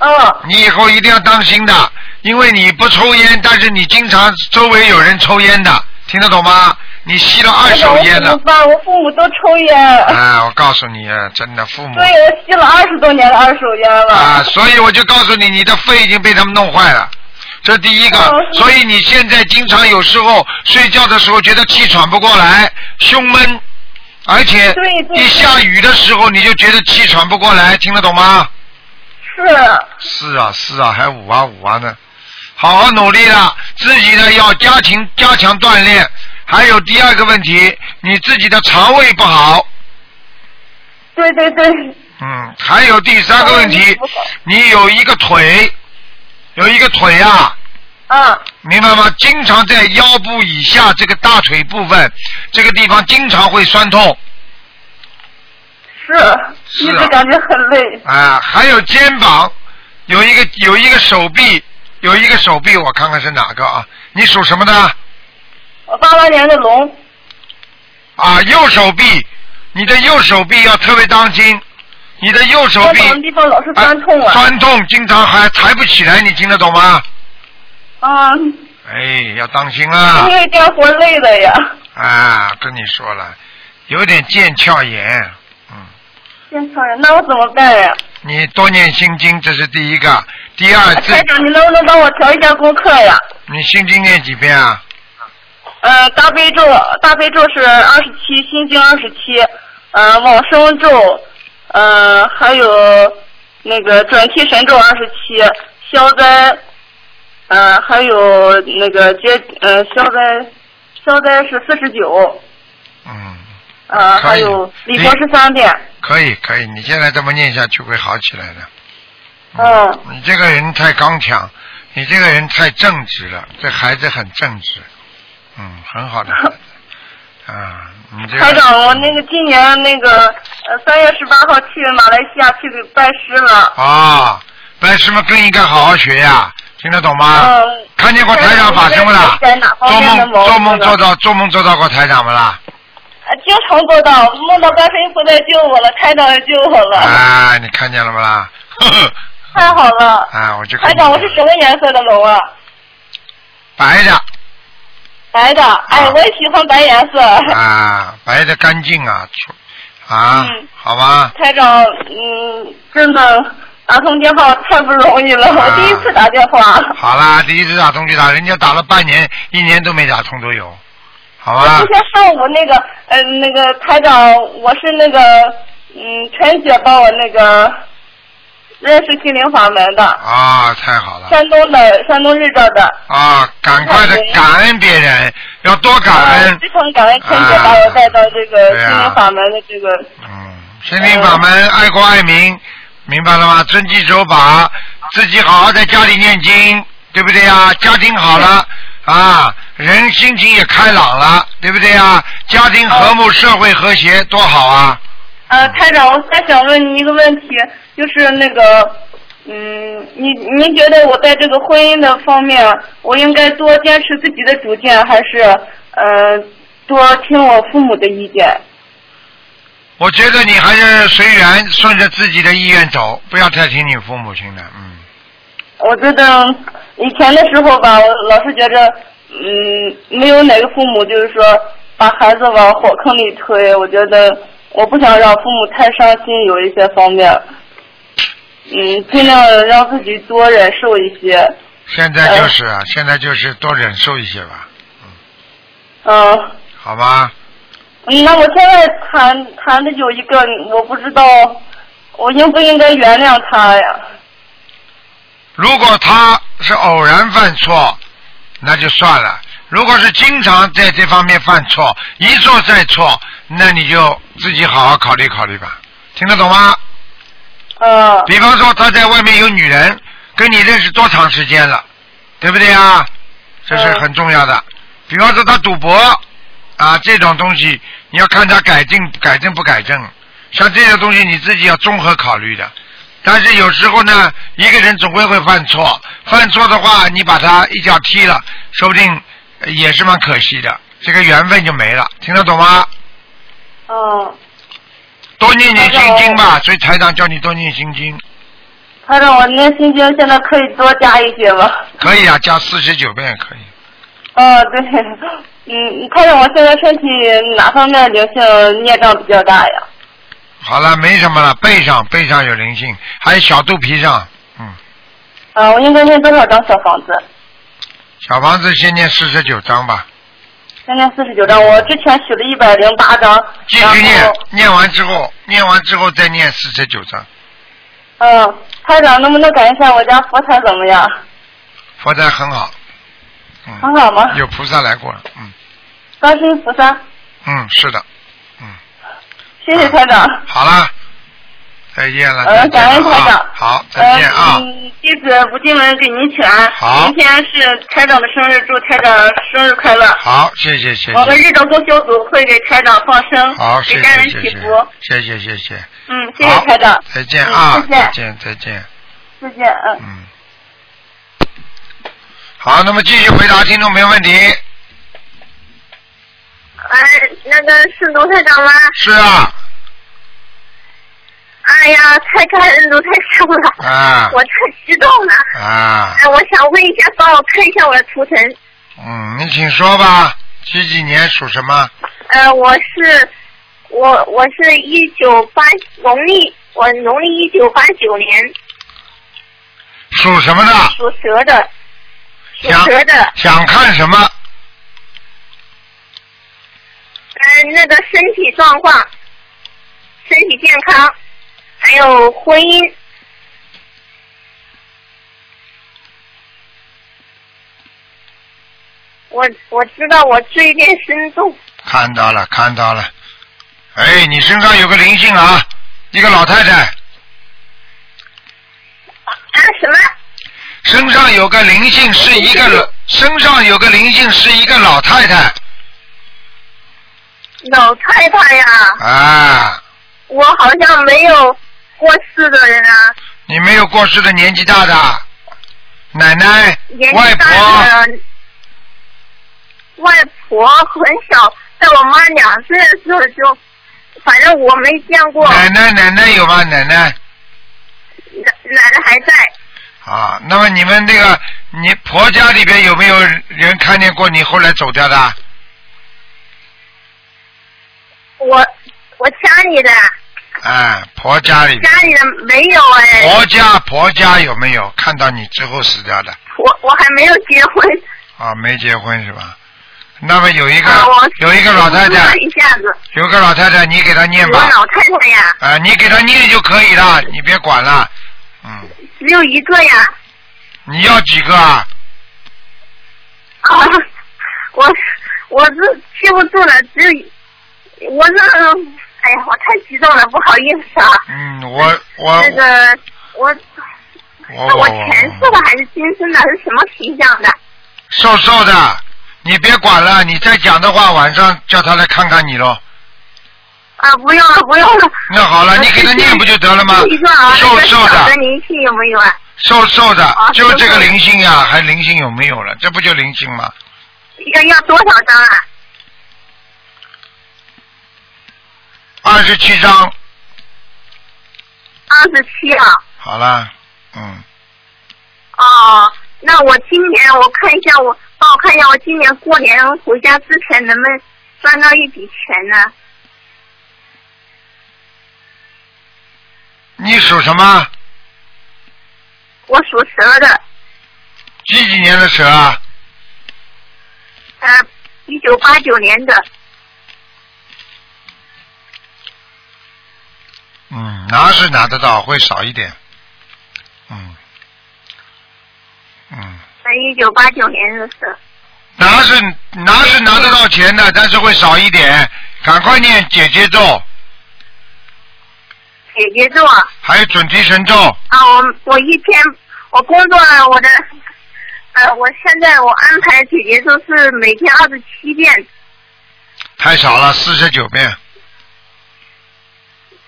Speaker 6: 嗯，
Speaker 2: 你以后一定要当心的，因为你不抽烟，但是你经常周围有人抽烟的，听得懂吗？你吸了二
Speaker 6: 台长，
Speaker 2: 手
Speaker 6: 我
Speaker 2: 烟
Speaker 6: 怎么
Speaker 2: 了。
Speaker 6: 办？我父母都抽烟，
Speaker 2: 啊，我告诉你啊，真的父母
Speaker 6: 对，我吸了二十多年的二手烟了。
Speaker 2: 啊，所以我就告诉你，你的肺已经被他们弄坏了。这第一个
Speaker 6: 哦，是
Speaker 2: 所以你现在经常有时候睡觉的时候觉得气喘不过来，胸闷，而且
Speaker 6: 对对
Speaker 2: 一下雨的时候你就觉得气喘不过来，听得懂吗？
Speaker 6: 是，
Speaker 2: 是啊是啊，还五啊五啊呢，好好努力啦，自己呢要加强加强锻炼。还有第二个问题，你自己的肠胃不好，
Speaker 6: 对对对，
Speaker 2: 嗯，还有第三个问题
Speaker 6: 肠胃不好，
Speaker 2: 你有一个腿，有一个腿啊，
Speaker 6: 啊，
Speaker 2: 明白吗？经常在腰部以下这个大腿部分这个地方经常会酸痛
Speaker 6: 是，
Speaker 2: 是啊
Speaker 6: 一直感觉很累。
Speaker 2: 啊，还有肩膀有一个有一个手臂有一个手臂，我看看是哪个啊？你属什么的？
Speaker 6: 我八八年的龙，
Speaker 2: 啊，右手臂，你的右手臂要特别当心，你的右手
Speaker 6: 肩
Speaker 2: 臂
Speaker 6: 膀的地方老是酸痛
Speaker 2: 啊
Speaker 6: 啊。
Speaker 2: 酸痛，经常还抬不起来，你听得懂吗？
Speaker 6: 啊，
Speaker 2: 哎，要当心
Speaker 6: 因
Speaker 2: 啊！
Speaker 6: 为干活累的呀。
Speaker 2: 啊，跟你说了，有点腱鞘炎，嗯。
Speaker 6: 健康人，那我怎么办呀？
Speaker 2: 你多念心经，这是第一个。第二，自
Speaker 6: 啊台长，你能不能帮我调一下功课呀？
Speaker 2: 你心经念几遍啊？
Speaker 6: 呃，大悲咒，大悲咒是二十七，心经二十七，呃，往生咒，呃，还有那个准提神咒二十七，消灾，呃，还有那个接呃消灾，消灾是四十九，
Speaker 2: 嗯，
Speaker 6: 呃，
Speaker 2: 可
Speaker 6: 还
Speaker 2: 以
Speaker 6: 有
Speaker 2: 你
Speaker 6: 礼佛十三遍，
Speaker 2: 可以可以，你现在这么念下去会好起来的。
Speaker 6: 嗯，
Speaker 2: 你这个人太刚强，你这个人太正直了，这孩子很正直，嗯，很好的孩子。 啊，你这个
Speaker 6: 台长，我那个今年那个呃三月十八号去马来西亚去给拜师了，
Speaker 2: 啊，白师们更应该好好学呀、听得懂吗？
Speaker 6: 嗯，
Speaker 2: 看见过台长法身不啦？
Speaker 6: 在哪方
Speaker 2: 做
Speaker 6: 面的
Speaker 2: 梦
Speaker 6: 毛病
Speaker 2: 做梦
Speaker 6: 呢
Speaker 2: 做到做梦做到过台长不啦？
Speaker 6: 啊，
Speaker 3: 呃
Speaker 6: 经常做到，梦到观世音菩萨救我了，台长也救我了，
Speaker 2: 啊，你看见了不啦？ 呵呵
Speaker 6: 太好了。
Speaker 2: 啊，我就跟
Speaker 6: 台
Speaker 2: 你
Speaker 6: 长，我是什么颜色的龙啊？
Speaker 2: 白的
Speaker 6: 白的，哎，我也喜欢白颜色。
Speaker 2: 啊，白的干净啊，出啊，
Speaker 6: 嗯
Speaker 2: 好吧，
Speaker 6: 台长，嗯，真的打通电话太不容易了，
Speaker 2: 啊
Speaker 6: 我第一次打电话，
Speaker 2: 好啦，第一次打通就打，人家打了半年、一年都没打通都有，好
Speaker 6: 我
Speaker 2: 吧
Speaker 6: 今？天上午那个，呃，那个台长，我是那个，嗯，陈姐帮我那个认识心灵法门的，
Speaker 2: 啊，太好了
Speaker 6: 山东的，山东日照的。
Speaker 2: 啊！赶快的
Speaker 6: 感恩
Speaker 2: 感恩别人，要多感
Speaker 6: 啊
Speaker 2: 恩
Speaker 6: 非。常感恩陈姐把我带到这个
Speaker 2: 对
Speaker 6: 心
Speaker 2: 啊
Speaker 6: 灵法门的这个，
Speaker 2: 嗯，心灵法门，爱国爱民，明白了吗？遵纪守法，自己好好在家里念经，对不对呀？家庭好了啊，人心情也开朗了，对不对呀？家庭和睦，社会和谐，多好啊！
Speaker 6: 呃，台长，我再想问您一个问题，就是那个，嗯，你您觉得我在这个婚姻的方面，我应该多坚持自己的主见，还是呃多听我父母的意见？
Speaker 2: 我觉得你还是随缘，顺着自己的意愿走，不要太听你父母亲的。嗯，
Speaker 6: 我觉得以前的时候吧，我老是觉着，嗯，没有哪个父母就是说把孩子往火坑里推。我觉得我不想让父母太伤心，有一些方面，嗯，尽量让自己多忍受一些。
Speaker 2: 现在就是啊，现在就是多忍受一些吧，
Speaker 6: 嗯，
Speaker 2: 好吗？
Speaker 6: 嗯那我现在谈谈的有一个，我不知道我应不应该原谅他呀？
Speaker 2: 如果他是偶然犯错，那就算了；如果是经常在这方面犯错，一错再错，那你就自己好好考虑考虑吧，听得懂吗？
Speaker 8: 呃，
Speaker 2: 比方说他在外面有女人，跟你认识多长时间了，对不对啊？这是很重要的。比方说他赌博啊这种东西，你要看他改进改正不改正。像这些东西你自己要综合考虑的。但是有时候呢，一个人总归会犯错，犯错的话，你把他一脚踢了，说不定呃也是蛮可惜的，这个缘分就没了。听得懂吗？
Speaker 8: 哦、
Speaker 2: 多念念
Speaker 8: 台
Speaker 2: 心
Speaker 8: 长
Speaker 2: 经吧，所以台长叫你多念心经。
Speaker 8: 他让我念心经，现在可以多加一些吗？
Speaker 2: 可以啊，加四十九遍也可以。
Speaker 8: 哦，对， 嗯，他让我现在身体哪方面灵性孽障比较大呀？
Speaker 2: 好了，没什么了，背上背上有灵性，还有小肚皮上，嗯，
Speaker 8: 啊，我应该念多少张小房子？
Speaker 2: 小房子先念四十九章吧，
Speaker 8: 现在四十九张，我之前许了一百零八张，
Speaker 2: 继
Speaker 8: 然后
Speaker 2: 续念，念完之后，念完之后再念四十九章。
Speaker 8: 嗯，台长能不能改一下我家佛台怎么样？
Speaker 2: 佛台很好，
Speaker 8: 很
Speaker 2: 嗯，
Speaker 8: 好吗？
Speaker 2: 有菩萨来过了，嗯
Speaker 8: 观世音菩萨，
Speaker 2: 嗯，是的，
Speaker 8: 谢谢台长。
Speaker 2: 好了，再见了，
Speaker 8: 呃
Speaker 2: 再见了
Speaker 8: 感恩台长
Speaker 2: 啊，好，再见啊，
Speaker 8: 嗯，弟子不进门给您请安。
Speaker 2: 好
Speaker 8: 今天是台长的生日，祝台长生日快乐。
Speaker 2: 好，谢谢谢
Speaker 8: 我们
Speaker 2: 谢，
Speaker 8: 日照公修组会给台长放生，
Speaker 2: 好，谢
Speaker 8: 给
Speaker 2: 谢
Speaker 8: 家人
Speaker 2: 谢
Speaker 8: 祈
Speaker 2: 谢
Speaker 8: 福。，
Speaker 2: 谢谢谢谢，
Speaker 8: 嗯，谢
Speaker 2: 好
Speaker 8: 谢台长，
Speaker 2: 再见
Speaker 8: 嗯
Speaker 2: 啊，
Speaker 8: 再见
Speaker 2: 再见再见。
Speaker 8: 再见，嗯。
Speaker 2: 嗯，好，那么继续回答听众没问题。
Speaker 6: 哎，那个是卢台长吗？
Speaker 2: 是啊，
Speaker 6: 哎呀，太感恩卢台长了，
Speaker 2: 啊
Speaker 6: 我太激动了。
Speaker 2: 啊，
Speaker 6: 哎，我想问一下，帮我看一下我的图腾。
Speaker 2: 嗯，你请说吧，几几年属什么？
Speaker 6: 呃，我是我我是一九八农历我农历一九八九年
Speaker 2: 属什么的？
Speaker 6: 属蛇的，属
Speaker 2: 想
Speaker 6: 蛇的。
Speaker 2: 想看什么？
Speaker 6: 呃，那个身体状况、身体健康，还有婚姻。我我知道我罪孽深重，
Speaker 2: 看到了，看到了。哎，你身上有个灵性啊，一个老太太
Speaker 6: 啊什么？
Speaker 2: 身上有个灵性，是一个老身上有个灵性是一个老太太
Speaker 6: 老太太呀、
Speaker 2: 啊。
Speaker 6: 我好像没有过世的人啊，
Speaker 2: 你没有过世的年纪大的啊奶奶
Speaker 6: 年、纪
Speaker 2: 外
Speaker 6: 大
Speaker 2: 婆。
Speaker 6: 的外婆很小，在我妈两岁的时候就，反正我没见过，
Speaker 2: 奶奶奶奶有吗？奶奶
Speaker 6: 奶奶奶还在。
Speaker 2: 啊，那么你们那个你婆家里边有没有人看见过你后来走掉的？啊
Speaker 6: 我我家里的
Speaker 2: 啊，婆家里边
Speaker 6: 家里的没有哎，
Speaker 2: 婆家婆家有没有看到你之后死掉的？
Speaker 6: 我我还没有结婚，
Speaker 2: 啊，没结婚是吧？那么有一个、
Speaker 6: 啊我
Speaker 2: 有一个老太太
Speaker 6: 我，一下子，
Speaker 2: 有个老太太，你给她念
Speaker 6: 我
Speaker 2: 吧。
Speaker 6: 老太太呀，
Speaker 2: 啊，你给她念就可以了，你别管了。嗯，
Speaker 6: 只有一个呀
Speaker 2: 你要几个啊？
Speaker 6: 啊，我我是记不住了，只有一我这哎呀，我太激动了，不好意思啊，
Speaker 2: 嗯，我我
Speaker 6: 那个我
Speaker 2: 哦我我
Speaker 6: 那我前世
Speaker 2: 哦
Speaker 6: 的还是今生的是什么形象的？
Speaker 2: 瘦瘦的，你别管了，你再讲的话，晚上叫他来看看你喽。
Speaker 6: 啊，不用了，不用了。
Speaker 2: 那好了，你给他念不就得了吗
Speaker 6: 你说啊，？
Speaker 2: 瘦
Speaker 6: 那
Speaker 2: 瘦
Speaker 6: 个小的
Speaker 2: 的，
Speaker 6: 灵性有没有啊？
Speaker 2: 瘦瘦的
Speaker 6: 啊，
Speaker 2: 就这个
Speaker 6: 瘦瘦的
Speaker 2: 灵性呀，还灵性有没有了？这不就灵性吗？
Speaker 6: 要要多少张啊？
Speaker 2: 二十七章，
Speaker 6: 二十七啊。
Speaker 2: 好了，嗯，
Speaker 6: 哦，那我今年我看一下我，帮我看一下我今年过年回家之前能不能赚到一笔钱呢？
Speaker 2: 你属什么？
Speaker 6: 我属蛇的，
Speaker 2: 几几年的蛇啊？
Speaker 6: 呃，一九八九年的，
Speaker 2: 嗯，拿是拿得到，会少一点。嗯，嗯，
Speaker 6: 呃，一九八九年的蛇。
Speaker 2: 拿是拿是拿得到钱的，但是会少一点，赶快念姐姐咒，
Speaker 6: 姐姐做啊，
Speaker 2: 还有准提神咒。
Speaker 6: 我我一天我工作了，我的呃，我现在我安排姐姐做是每天二十七遍，
Speaker 2: 太少了，四十九遍，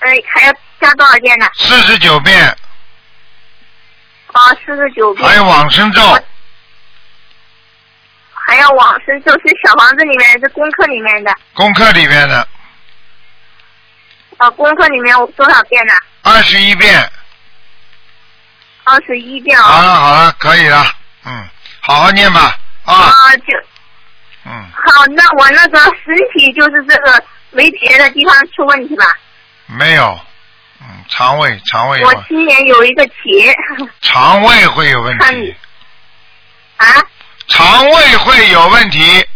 Speaker 6: 呃，还要加多少遍呢？
Speaker 2: 四十九遍，
Speaker 6: 啊，四十九遍
Speaker 2: 还，有往生咒，
Speaker 6: 还要往生咒是小房子里面是功课里面的，
Speaker 2: 功课里面的
Speaker 6: 啊，功课里面多少遍呢？
Speaker 2: 二十一遍。
Speaker 6: 二十一遍
Speaker 2: 好
Speaker 6: 啊。
Speaker 2: 了好了，可以了，嗯，好好念吧，啊，
Speaker 6: 啊，就
Speaker 2: 嗯，
Speaker 6: 好，那我那个身体就是这个没别的地方出问题吧？
Speaker 2: 没有，嗯，肠胃肠胃
Speaker 6: 我
Speaker 2: 有
Speaker 6: 今年有一个结
Speaker 2: 肠胃会有问题，
Speaker 6: 啊，
Speaker 2: 肠胃会有问题，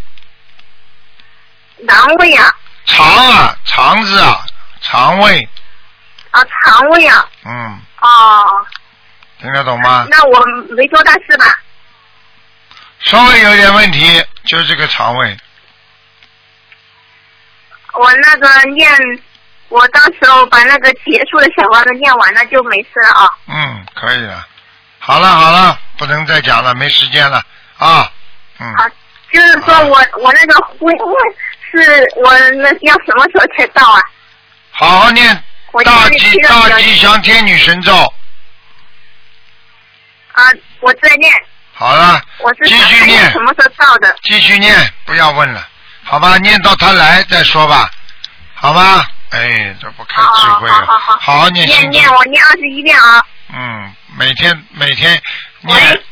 Speaker 6: 肠胃啊，
Speaker 2: 肠啊肠子啊肠胃，
Speaker 6: 啊，肠胃啊，
Speaker 2: 嗯，
Speaker 6: 哦，
Speaker 2: 听得懂吗？
Speaker 6: 那我没多大事吧？
Speaker 2: 稍微有点问题，就是这个肠胃，
Speaker 6: 我那个念，我到时候把那个结束的小房子念完了就没事了啊。
Speaker 2: 嗯，可以了，好了好了，不能再讲了，没时间了啊，嗯，
Speaker 6: 好就是说我我那个婚姻是我那要什么时候才到啊？
Speaker 2: 好好念
Speaker 6: 我
Speaker 2: 大
Speaker 6: 现在
Speaker 2: 吉
Speaker 6: 听到
Speaker 2: 大
Speaker 6: 有
Speaker 2: 吉祥天女神咒，
Speaker 6: 啊，我在念，
Speaker 2: 好了，
Speaker 6: 我是
Speaker 2: 继
Speaker 6: 想
Speaker 2: 续
Speaker 6: 看
Speaker 2: 念
Speaker 6: 看什么时候到的。
Speaker 2: 继续念，不要问了，好吧？念到他来再说吧，好吗？哎，这不开智慧了，
Speaker 6: 好好好
Speaker 2: 好好哦念
Speaker 6: 念
Speaker 2: 心经
Speaker 6: 念，我念二十一遍啊。
Speaker 2: 嗯，每天每天念
Speaker 6: 喂。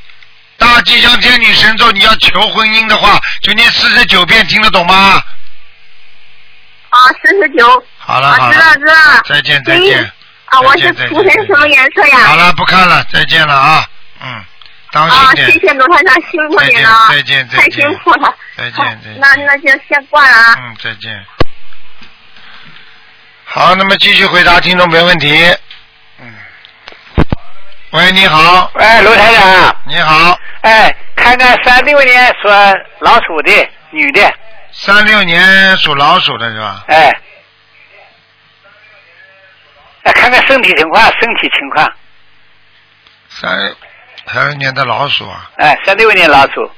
Speaker 2: 大吉祥天女神咒，你要求婚姻的话，就念四十九遍，听得懂吗？
Speaker 6: 啊，四十九。
Speaker 2: 好了好
Speaker 6: 啊，
Speaker 2: 了
Speaker 6: 知，道知道了。
Speaker 2: 再见再见
Speaker 6: 嗯，啊，我
Speaker 2: 再
Speaker 6: 是
Speaker 2: 见再
Speaker 6: 涂成
Speaker 2: 见
Speaker 6: 什么颜色
Speaker 2: 好
Speaker 6: 呀？
Speaker 2: 了不看了，再见了啊，嗯，当
Speaker 6: 啊
Speaker 2: 心，点
Speaker 6: 谢，谢罗团长，辛苦
Speaker 2: 再
Speaker 6: 你
Speaker 2: 见
Speaker 6: 了啊，
Speaker 2: 再见再
Speaker 6: 太
Speaker 2: 见
Speaker 6: 辛苦了。
Speaker 2: 再
Speaker 6: 好
Speaker 2: 见再见。
Speaker 6: 那那就先挂了啊。
Speaker 2: 嗯，再见。好，那么继续回答听众朋友问题。嗯。喂，你好，
Speaker 5: 哎，卢台长，
Speaker 2: 你好，
Speaker 5: 哎，看看三六年属老鼠的女的，
Speaker 2: 三六年属老鼠的是吧？
Speaker 5: 哎，哎，看看身体情况，身体情况，
Speaker 2: 三三六年的老鼠啊，
Speaker 5: 哎，三六年老鼠，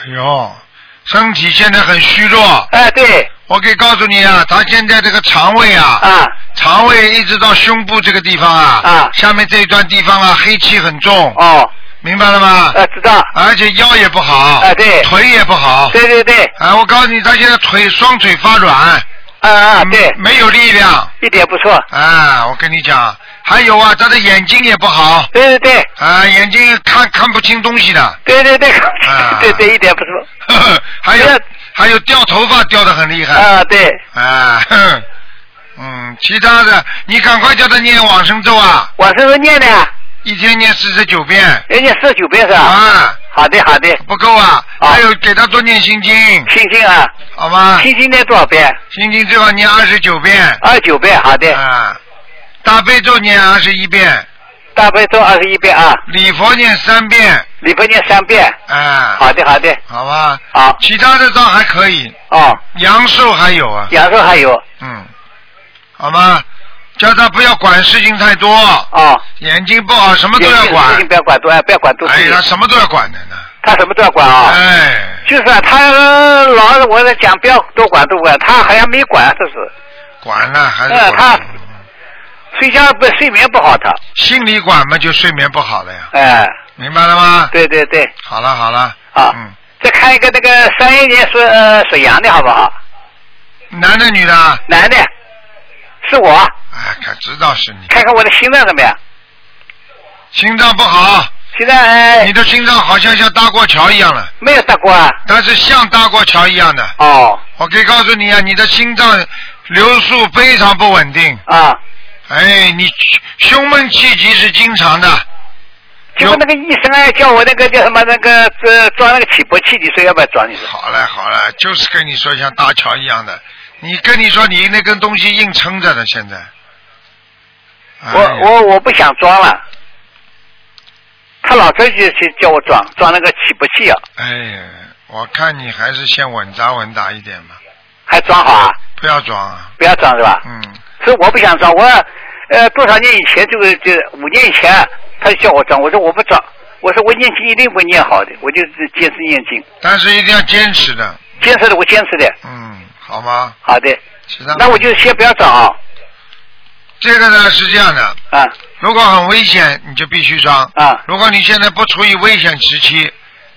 Speaker 2: 哎呦，身体现在很虚弱。
Speaker 5: 哎，对，
Speaker 2: 我可以告诉你啊，他现在这个肠胃啊，
Speaker 5: 啊，
Speaker 2: 肠胃一直到胸部这个地方啊，
Speaker 5: 啊
Speaker 2: 下面这一段地方啊，黑气很重，
Speaker 5: 哦，
Speaker 2: 明白了吗？
Speaker 5: 呃，知道，
Speaker 2: 而且腰也不好，
Speaker 5: 哎对
Speaker 2: 腿也不好，
Speaker 5: 对对对，
Speaker 2: 啊，我告诉你，他现在腿双腿发软，嗯
Speaker 5: 啊啊，对，
Speaker 2: 没有力量。
Speaker 5: 一点不错，
Speaker 2: 啊，我跟你讲，还有啊，他的眼睛也不好，
Speaker 5: 对对对，
Speaker 2: 啊，眼睛看看不清东西的，
Speaker 5: 对对对，
Speaker 2: 啊
Speaker 5: 对对，一点不错，
Speaker 2: 呵呵 还有
Speaker 5: 哎
Speaker 2: 还有掉头发掉的很厉害，
Speaker 5: 啊，对，
Speaker 2: 啊， 哼嗯，其他的你赶快叫他念往生咒啊，
Speaker 5: 我是不是念的，
Speaker 2: 一天念四十九遍，
Speaker 5: 人家四十九遍是吧？
Speaker 2: 啊，
Speaker 5: 好的好的，
Speaker 2: 不够啊，
Speaker 5: 啊
Speaker 2: 还有给他多念心经，
Speaker 5: 星星啊，
Speaker 2: 好吗？
Speaker 5: 星星念多少遍？
Speaker 2: 心经最好念二十九遍，
Speaker 5: 二十九遍，好的。
Speaker 2: 啊，大悲咒念二十一遍。
Speaker 5: 大悲咒二十一遍啊，
Speaker 2: 礼佛念三遍，
Speaker 5: 礼佛念三遍。
Speaker 2: 啊，
Speaker 5: 好的，好的，
Speaker 2: 好吧，
Speaker 5: 好
Speaker 2: 其他的倒还可以，
Speaker 5: 哦。
Speaker 2: 阳寿还有啊，
Speaker 5: 阳寿还有
Speaker 2: 嗯，好吗？叫他不要管事情太多，
Speaker 5: 哦，
Speaker 2: 眼睛不好什么都要
Speaker 5: 事
Speaker 2: 管
Speaker 5: 情，不要管多，哎不要管多。
Speaker 2: 哎，他什么都要管的呢，
Speaker 5: 他什么都要管啊。
Speaker 2: 哎，
Speaker 5: 就是啊，他老我在讲不要多管多管，他好像没管，这是
Speaker 2: 管了还是
Speaker 5: 哎
Speaker 2: 管，
Speaker 5: 他睡觉不睡眠不好，他
Speaker 2: 心里管嘛就睡眠不好了呀，
Speaker 5: 哎，
Speaker 2: 明白了吗？
Speaker 5: 对对对，
Speaker 2: 好了好了，
Speaker 5: 啊
Speaker 2: 嗯，
Speaker 5: 再看一个那个三一年属呃属羊的好不好？
Speaker 2: 男的女的啊，
Speaker 5: 男的，是我，
Speaker 2: 哎，可知道是你，
Speaker 5: 看看我的心脏怎么样？
Speaker 2: 心脏不好，
Speaker 5: 现在、
Speaker 2: 你
Speaker 5: 呃、
Speaker 2: 的心脏好像像搭过桥一样了，
Speaker 5: 没有打过啊？
Speaker 2: 但是像搭过桥一样的。
Speaker 5: 哦，
Speaker 2: 我可以告诉你啊，你的心脏流速非常不稳定，
Speaker 5: 啊。
Speaker 2: 哎，你胸闷气急是经常的，
Speaker 5: 结果那个医生啊，叫我那个叫什么那个这装那个起搏器，你说要不要装？你说
Speaker 2: 好了好了，就是跟你说像搭桥一样的，你跟你说你那根东西硬撑着的现在，哎
Speaker 5: 我我我不想装了。他老这就去叫我装装那个起搏器啊，
Speaker 2: 哎呀，我看你还是先稳扎稳打一点吧，
Speaker 8: 还装好啊？
Speaker 2: 不要装啊，
Speaker 8: 不要装是吧？
Speaker 2: 嗯，
Speaker 8: 所以我不想装，我呃多少年以前这个这五年以前，他就叫我装，我说我不装，我说我念经一定会念好的，我就坚持念经，
Speaker 2: 但是一定要坚持的，
Speaker 8: 坚持的我坚持的，
Speaker 2: 嗯，好吗？
Speaker 8: 好的，
Speaker 2: 其他
Speaker 8: 那我就先不要装啊，
Speaker 2: 这个呢是这样的，
Speaker 8: 啊
Speaker 2: 如果很危险，你就必须装。
Speaker 8: 啊
Speaker 2: 如果你现在不处于危险时期，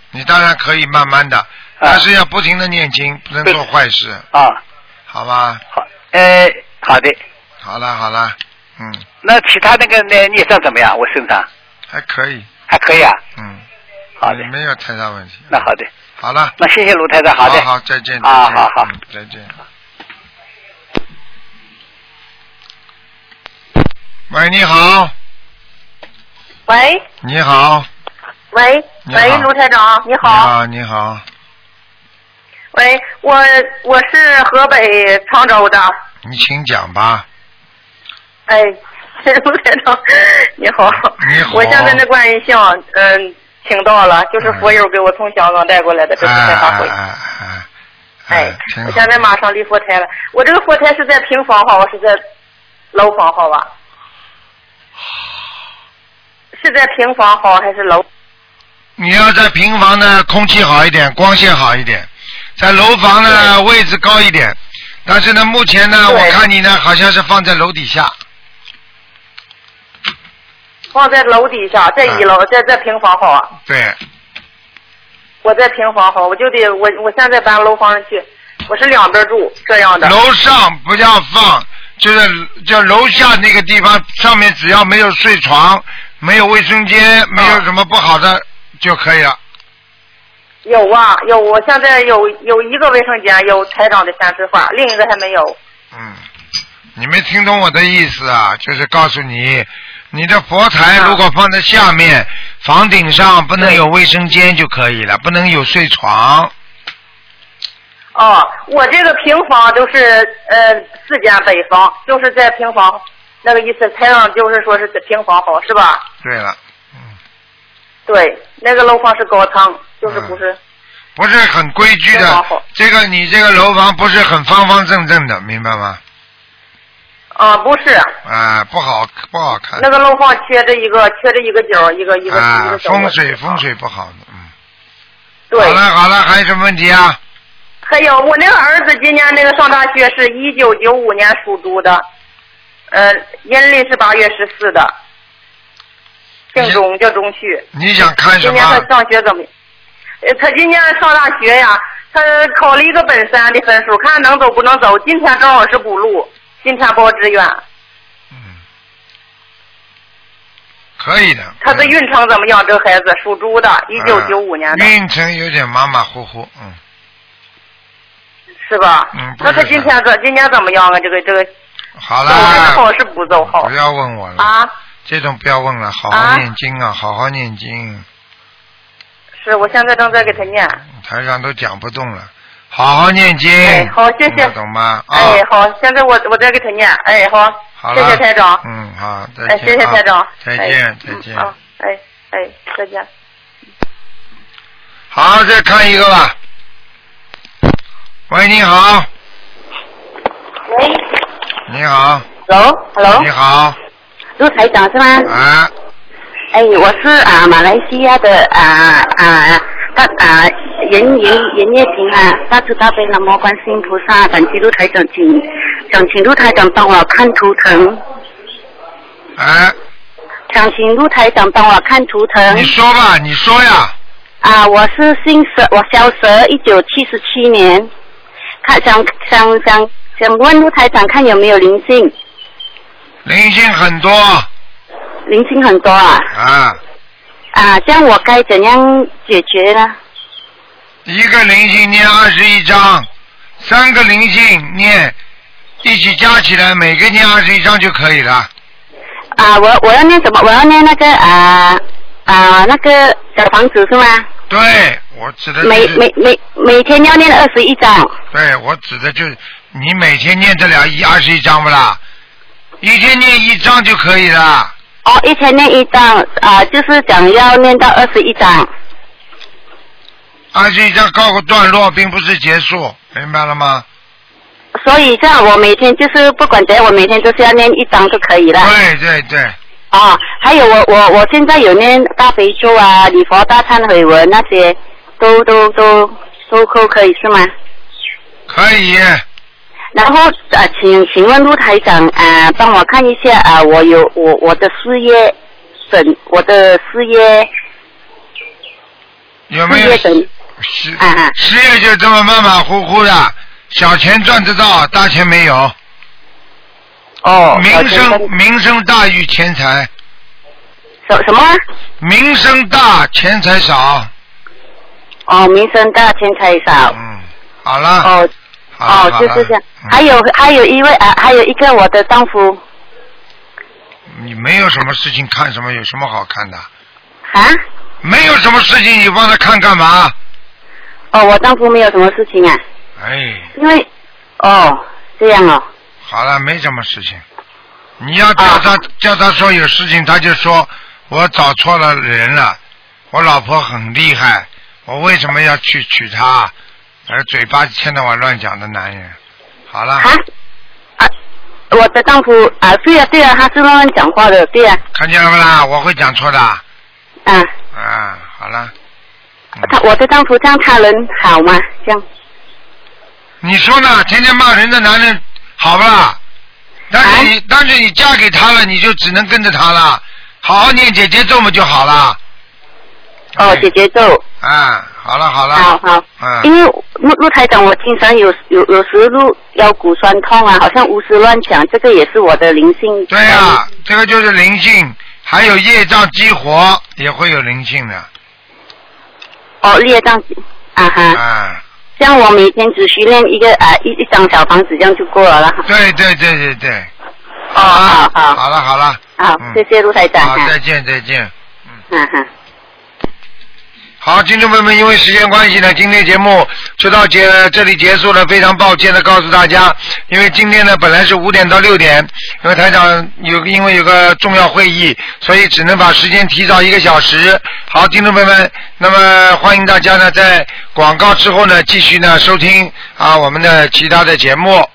Speaker 2: 你当然可以慢慢的，但是要不停的念经，不能做坏事，
Speaker 8: 啊，
Speaker 2: 好吧？
Speaker 8: 好，呃，好的，
Speaker 2: 好了好了，嗯，
Speaker 8: 那其他那个那孽障怎么样？我身上
Speaker 2: 还可以，
Speaker 8: 还可以啊，
Speaker 2: 嗯，
Speaker 8: 好的，
Speaker 2: 没有太大问题。
Speaker 8: 那好的，
Speaker 2: 好了，
Speaker 8: 那谢谢卢台长，
Speaker 2: 好
Speaker 8: 的，
Speaker 2: 好再见，再见
Speaker 8: 啊好好
Speaker 2: 嗯再见。喂，你好，
Speaker 6: 喂
Speaker 2: 你好，
Speaker 6: 喂
Speaker 2: 你好
Speaker 6: 喂，卢台长，你
Speaker 2: 你
Speaker 6: 好。
Speaker 2: 好，你好，
Speaker 6: 喂，我我是河北沧州的。
Speaker 2: 你请讲吧。
Speaker 6: 哎， 卢台长，你好。
Speaker 2: 你好
Speaker 6: 我现在的观音像，嗯，请到了，就是佛友给我从香港带过来的，这
Speaker 2: 哎
Speaker 6: 是开发
Speaker 2: 哎
Speaker 6: 会。
Speaker 2: 哎哎，
Speaker 6: 哎
Speaker 2: 挺，
Speaker 6: 我
Speaker 2: 好
Speaker 6: 现在马上离佛台了。我这个佛台是在平房好，是在楼房好吧？是在平房好还是楼？
Speaker 2: 你要在平房呢，空气好一点，光线好一点；在楼房呢，位置高一点。但是呢，目前呢，
Speaker 6: 对
Speaker 2: 我看你呢，好像是放在楼底下。
Speaker 6: 放在楼底下，在一楼，在在平房好啊。
Speaker 2: 对，
Speaker 6: 我在平房好，我就得我我现在搬楼房上去，我是两边住这样的。
Speaker 2: 楼上不要放，就是就楼下那个地方，上面只要没有睡床、没有卫生间、没
Speaker 6: 哦
Speaker 2: 有什么不好的就可以了。
Speaker 6: 有啊有，我现在有有一个卫生间，有台长的闲置话，另一个还没有。
Speaker 2: 嗯，你没听懂我的意思啊？就是告诉你，你的佛台
Speaker 6: 啊
Speaker 2: 如果放在下面，房顶上不能有卫生间就可以了，不能有睡床。
Speaker 6: 哦，我这个平房就是呃四间北房，就是在平房那个意思，台长就是说是在平房好是吧？
Speaker 2: 对了，
Speaker 6: 对，那个楼房是高层，就是不
Speaker 2: 嗯
Speaker 6: 是、
Speaker 2: 不是很规矩
Speaker 6: 非常
Speaker 2: 的
Speaker 6: 好，
Speaker 2: 这个你这个楼房不是很方方正正的，明白吗？
Speaker 6: 啊不是，
Speaker 2: 啊，不好不好看
Speaker 6: 那个楼房缺着一个缺着一个角，一个一个、一
Speaker 2: 啊
Speaker 6: 个，角落
Speaker 2: 风水风水不好的，嗯。
Speaker 6: 对。
Speaker 2: 好了好了，还有什么问题啊？
Speaker 6: 还有我那个儿子今年那个上大学是一九九五年属猪的，呃，阴历是八月十四的，姓钟叫钟旭。
Speaker 2: 你想看什
Speaker 6: 今年他
Speaker 2: 么？啊
Speaker 6: 上学怎么？呃，他今年上大学呀，他考了一个本三的分数，看能走不能走。今天正好是补录，今天报志愿。
Speaker 2: 嗯可以的。嗯
Speaker 6: 他的运程怎么样？这个孩子属猪的，一九九五年的，
Speaker 2: 啊运程有点马马虎虎，嗯。
Speaker 6: 是吧？
Speaker 2: 嗯不
Speaker 6: 那他
Speaker 2: 是
Speaker 6: 今天怎今年怎么样啊？这个这个
Speaker 2: 好
Speaker 6: 走是
Speaker 2: 啦
Speaker 6: 好，是不走好
Speaker 2: 不要问我了，
Speaker 6: 啊？
Speaker 2: 这种不要问了，好好
Speaker 6: 啊
Speaker 2: 念经啊，好好念经，
Speaker 6: 是我现在正在给他念。
Speaker 2: 台上都讲不动了，好好念经。
Speaker 6: 哎好谢谢
Speaker 2: 听得懂吗？啊，
Speaker 6: 哎，好，现在我我再给他念。哎，好，
Speaker 2: 好
Speaker 6: 谢
Speaker 2: 了
Speaker 6: 谢台长。
Speaker 2: 嗯，好，再见。
Speaker 6: 哎，谢谢台长
Speaker 2: 啊。再见
Speaker 6: 哎，
Speaker 2: 再见
Speaker 6: 嗯。啊，哎哎，再见。
Speaker 2: 好，再看一个吧。喂，你好，
Speaker 9: 喂
Speaker 2: 你好，
Speaker 9: ，Hello，Hello，
Speaker 2: 你好，
Speaker 9: 陆台长是吗？
Speaker 2: 嗯啊，
Speaker 9: 哎，我是啊，马来西亚的啊啊大啊任任任叶平啊，大慈大悲南无观世音菩萨，感激陆台长，请想请陆台长帮我看图腾，
Speaker 2: 哎，
Speaker 9: 想请陆台长帮我看图
Speaker 6: 嗯
Speaker 9: 腾
Speaker 2: 你说吧，你说呀，
Speaker 9: 啊，我是姓蛇，我肖蛇，一九七十七年，看想想想想问陆台长看有没有灵性，
Speaker 2: 灵性很多
Speaker 9: 灵性很多啊
Speaker 2: 啊，
Speaker 9: 啊，这样我该怎样解决呢？
Speaker 2: 一个灵性念二十一章，三个灵性念一起加起来，每个念二十一章就可以了。
Speaker 9: 啊，我我要念什么？我要念那个啊啊那个小房子是吗？
Speaker 2: 对，我指的就
Speaker 9: 每
Speaker 2: 是
Speaker 9: 每每每天要念二十一张。
Speaker 2: 对，我指的就是你每天念得了一二十一章不啦？一天念一章就可以了。
Speaker 9: 哦，一天念一张啊，就是讲要念到二十一张。
Speaker 2: 二十一章告个段落，并不是结束，明白了吗？
Speaker 6: 所以这样我每天就是不管怎样，我每天就是要念一张就可以了。
Speaker 2: 对对对，
Speaker 6: 啊，还有我我我现在有念大悲咒啊、礼佛大忏悔文那些，都都都都都可以是吗？
Speaker 2: 可以。
Speaker 6: 然后呃，请请问陆台长呃，帮我看一下啊、呃我有我我的事业整我的事业
Speaker 2: 有没有？
Speaker 6: 事业
Speaker 2: 失
Speaker 6: 哎
Speaker 2: 失业就这么马马虎虎的，小钱赚得到，大钱没有。
Speaker 6: 哦
Speaker 2: 名
Speaker 6: 小钱
Speaker 2: 声名声大于钱财。
Speaker 6: 什什么？
Speaker 2: 名声大，钱财少。
Speaker 6: 哦，名声大，钱财少。
Speaker 2: 嗯，好了。
Speaker 6: 哦。
Speaker 2: 好
Speaker 6: 哦
Speaker 2: 了，好嗯
Speaker 6: 就
Speaker 2: 了
Speaker 6: 是这样。还有还有一位啊、还有一个我的丈夫
Speaker 2: 你没有什么事情看什么，有什么好看的？
Speaker 6: 啊？
Speaker 2: 没有什么事情，你帮他看干嘛？
Speaker 6: 哦，我丈夫没有什么事情啊，
Speaker 2: 哎，
Speaker 6: 因为哦这样哦，
Speaker 2: 好了，没什么事情。你要叫
Speaker 6: 啊
Speaker 2: 他、叫他说有事情，他就说我找错了人了，我老婆很厉害，我为什么要去娶她？而嘴巴千到晚乱讲的男人，好了，
Speaker 6: 啊我的丈夫啊，对呀、对呀、他是乱乱讲话的，对呀、
Speaker 2: 看见了不啦？我会讲错的。
Speaker 6: 啊，
Speaker 2: 啊，好了，嗯
Speaker 6: 他我的丈夫这样他人好吗？这样
Speaker 2: 你说呢？天天骂人的男人好不啦？但
Speaker 6: 啊
Speaker 2: 是你、但是你嫁给他了，你就只能跟着他了，好好念姐姐咒嘛就好了。哎
Speaker 6: 哦，姐姐咒。
Speaker 2: 啊，好了好了。
Speaker 6: 好好。
Speaker 2: 嗯。
Speaker 6: 因为陆陆台长，我经常有有有时路腰骨酸痛啊，好像胡思乱想，这个也是我的灵性。
Speaker 2: 对啊呀、这个就是灵性，还有业障激活也会有灵性的。啊
Speaker 6: 哦，裂障，啊哈。
Speaker 2: 啊，
Speaker 6: 这样我每天只需练一个啊一一张小房子，这样就够了啦。
Speaker 2: 对对对对对。
Speaker 6: 哦，好好
Speaker 2: 好了好了，
Speaker 6: 好，谢谢陆台长
Speaker 2: 啊嗯好，
Speaker 6: 啊，
Speaker 2: 再见再见。
Speaker 6: 嗯哼。
Speaker 2: 好，听众朋友们，因为时间关系呢，今天节目就到结这里结束了。非常抱歉的告诉大家，因为今天呢本来是五点到六点，因为台长有因为有个重要会议，所以只能把时间提早一个小时。好，听众朋友们，那么欢迎大家呢在广告之后呢继续呢收听啊我们的其他的节目。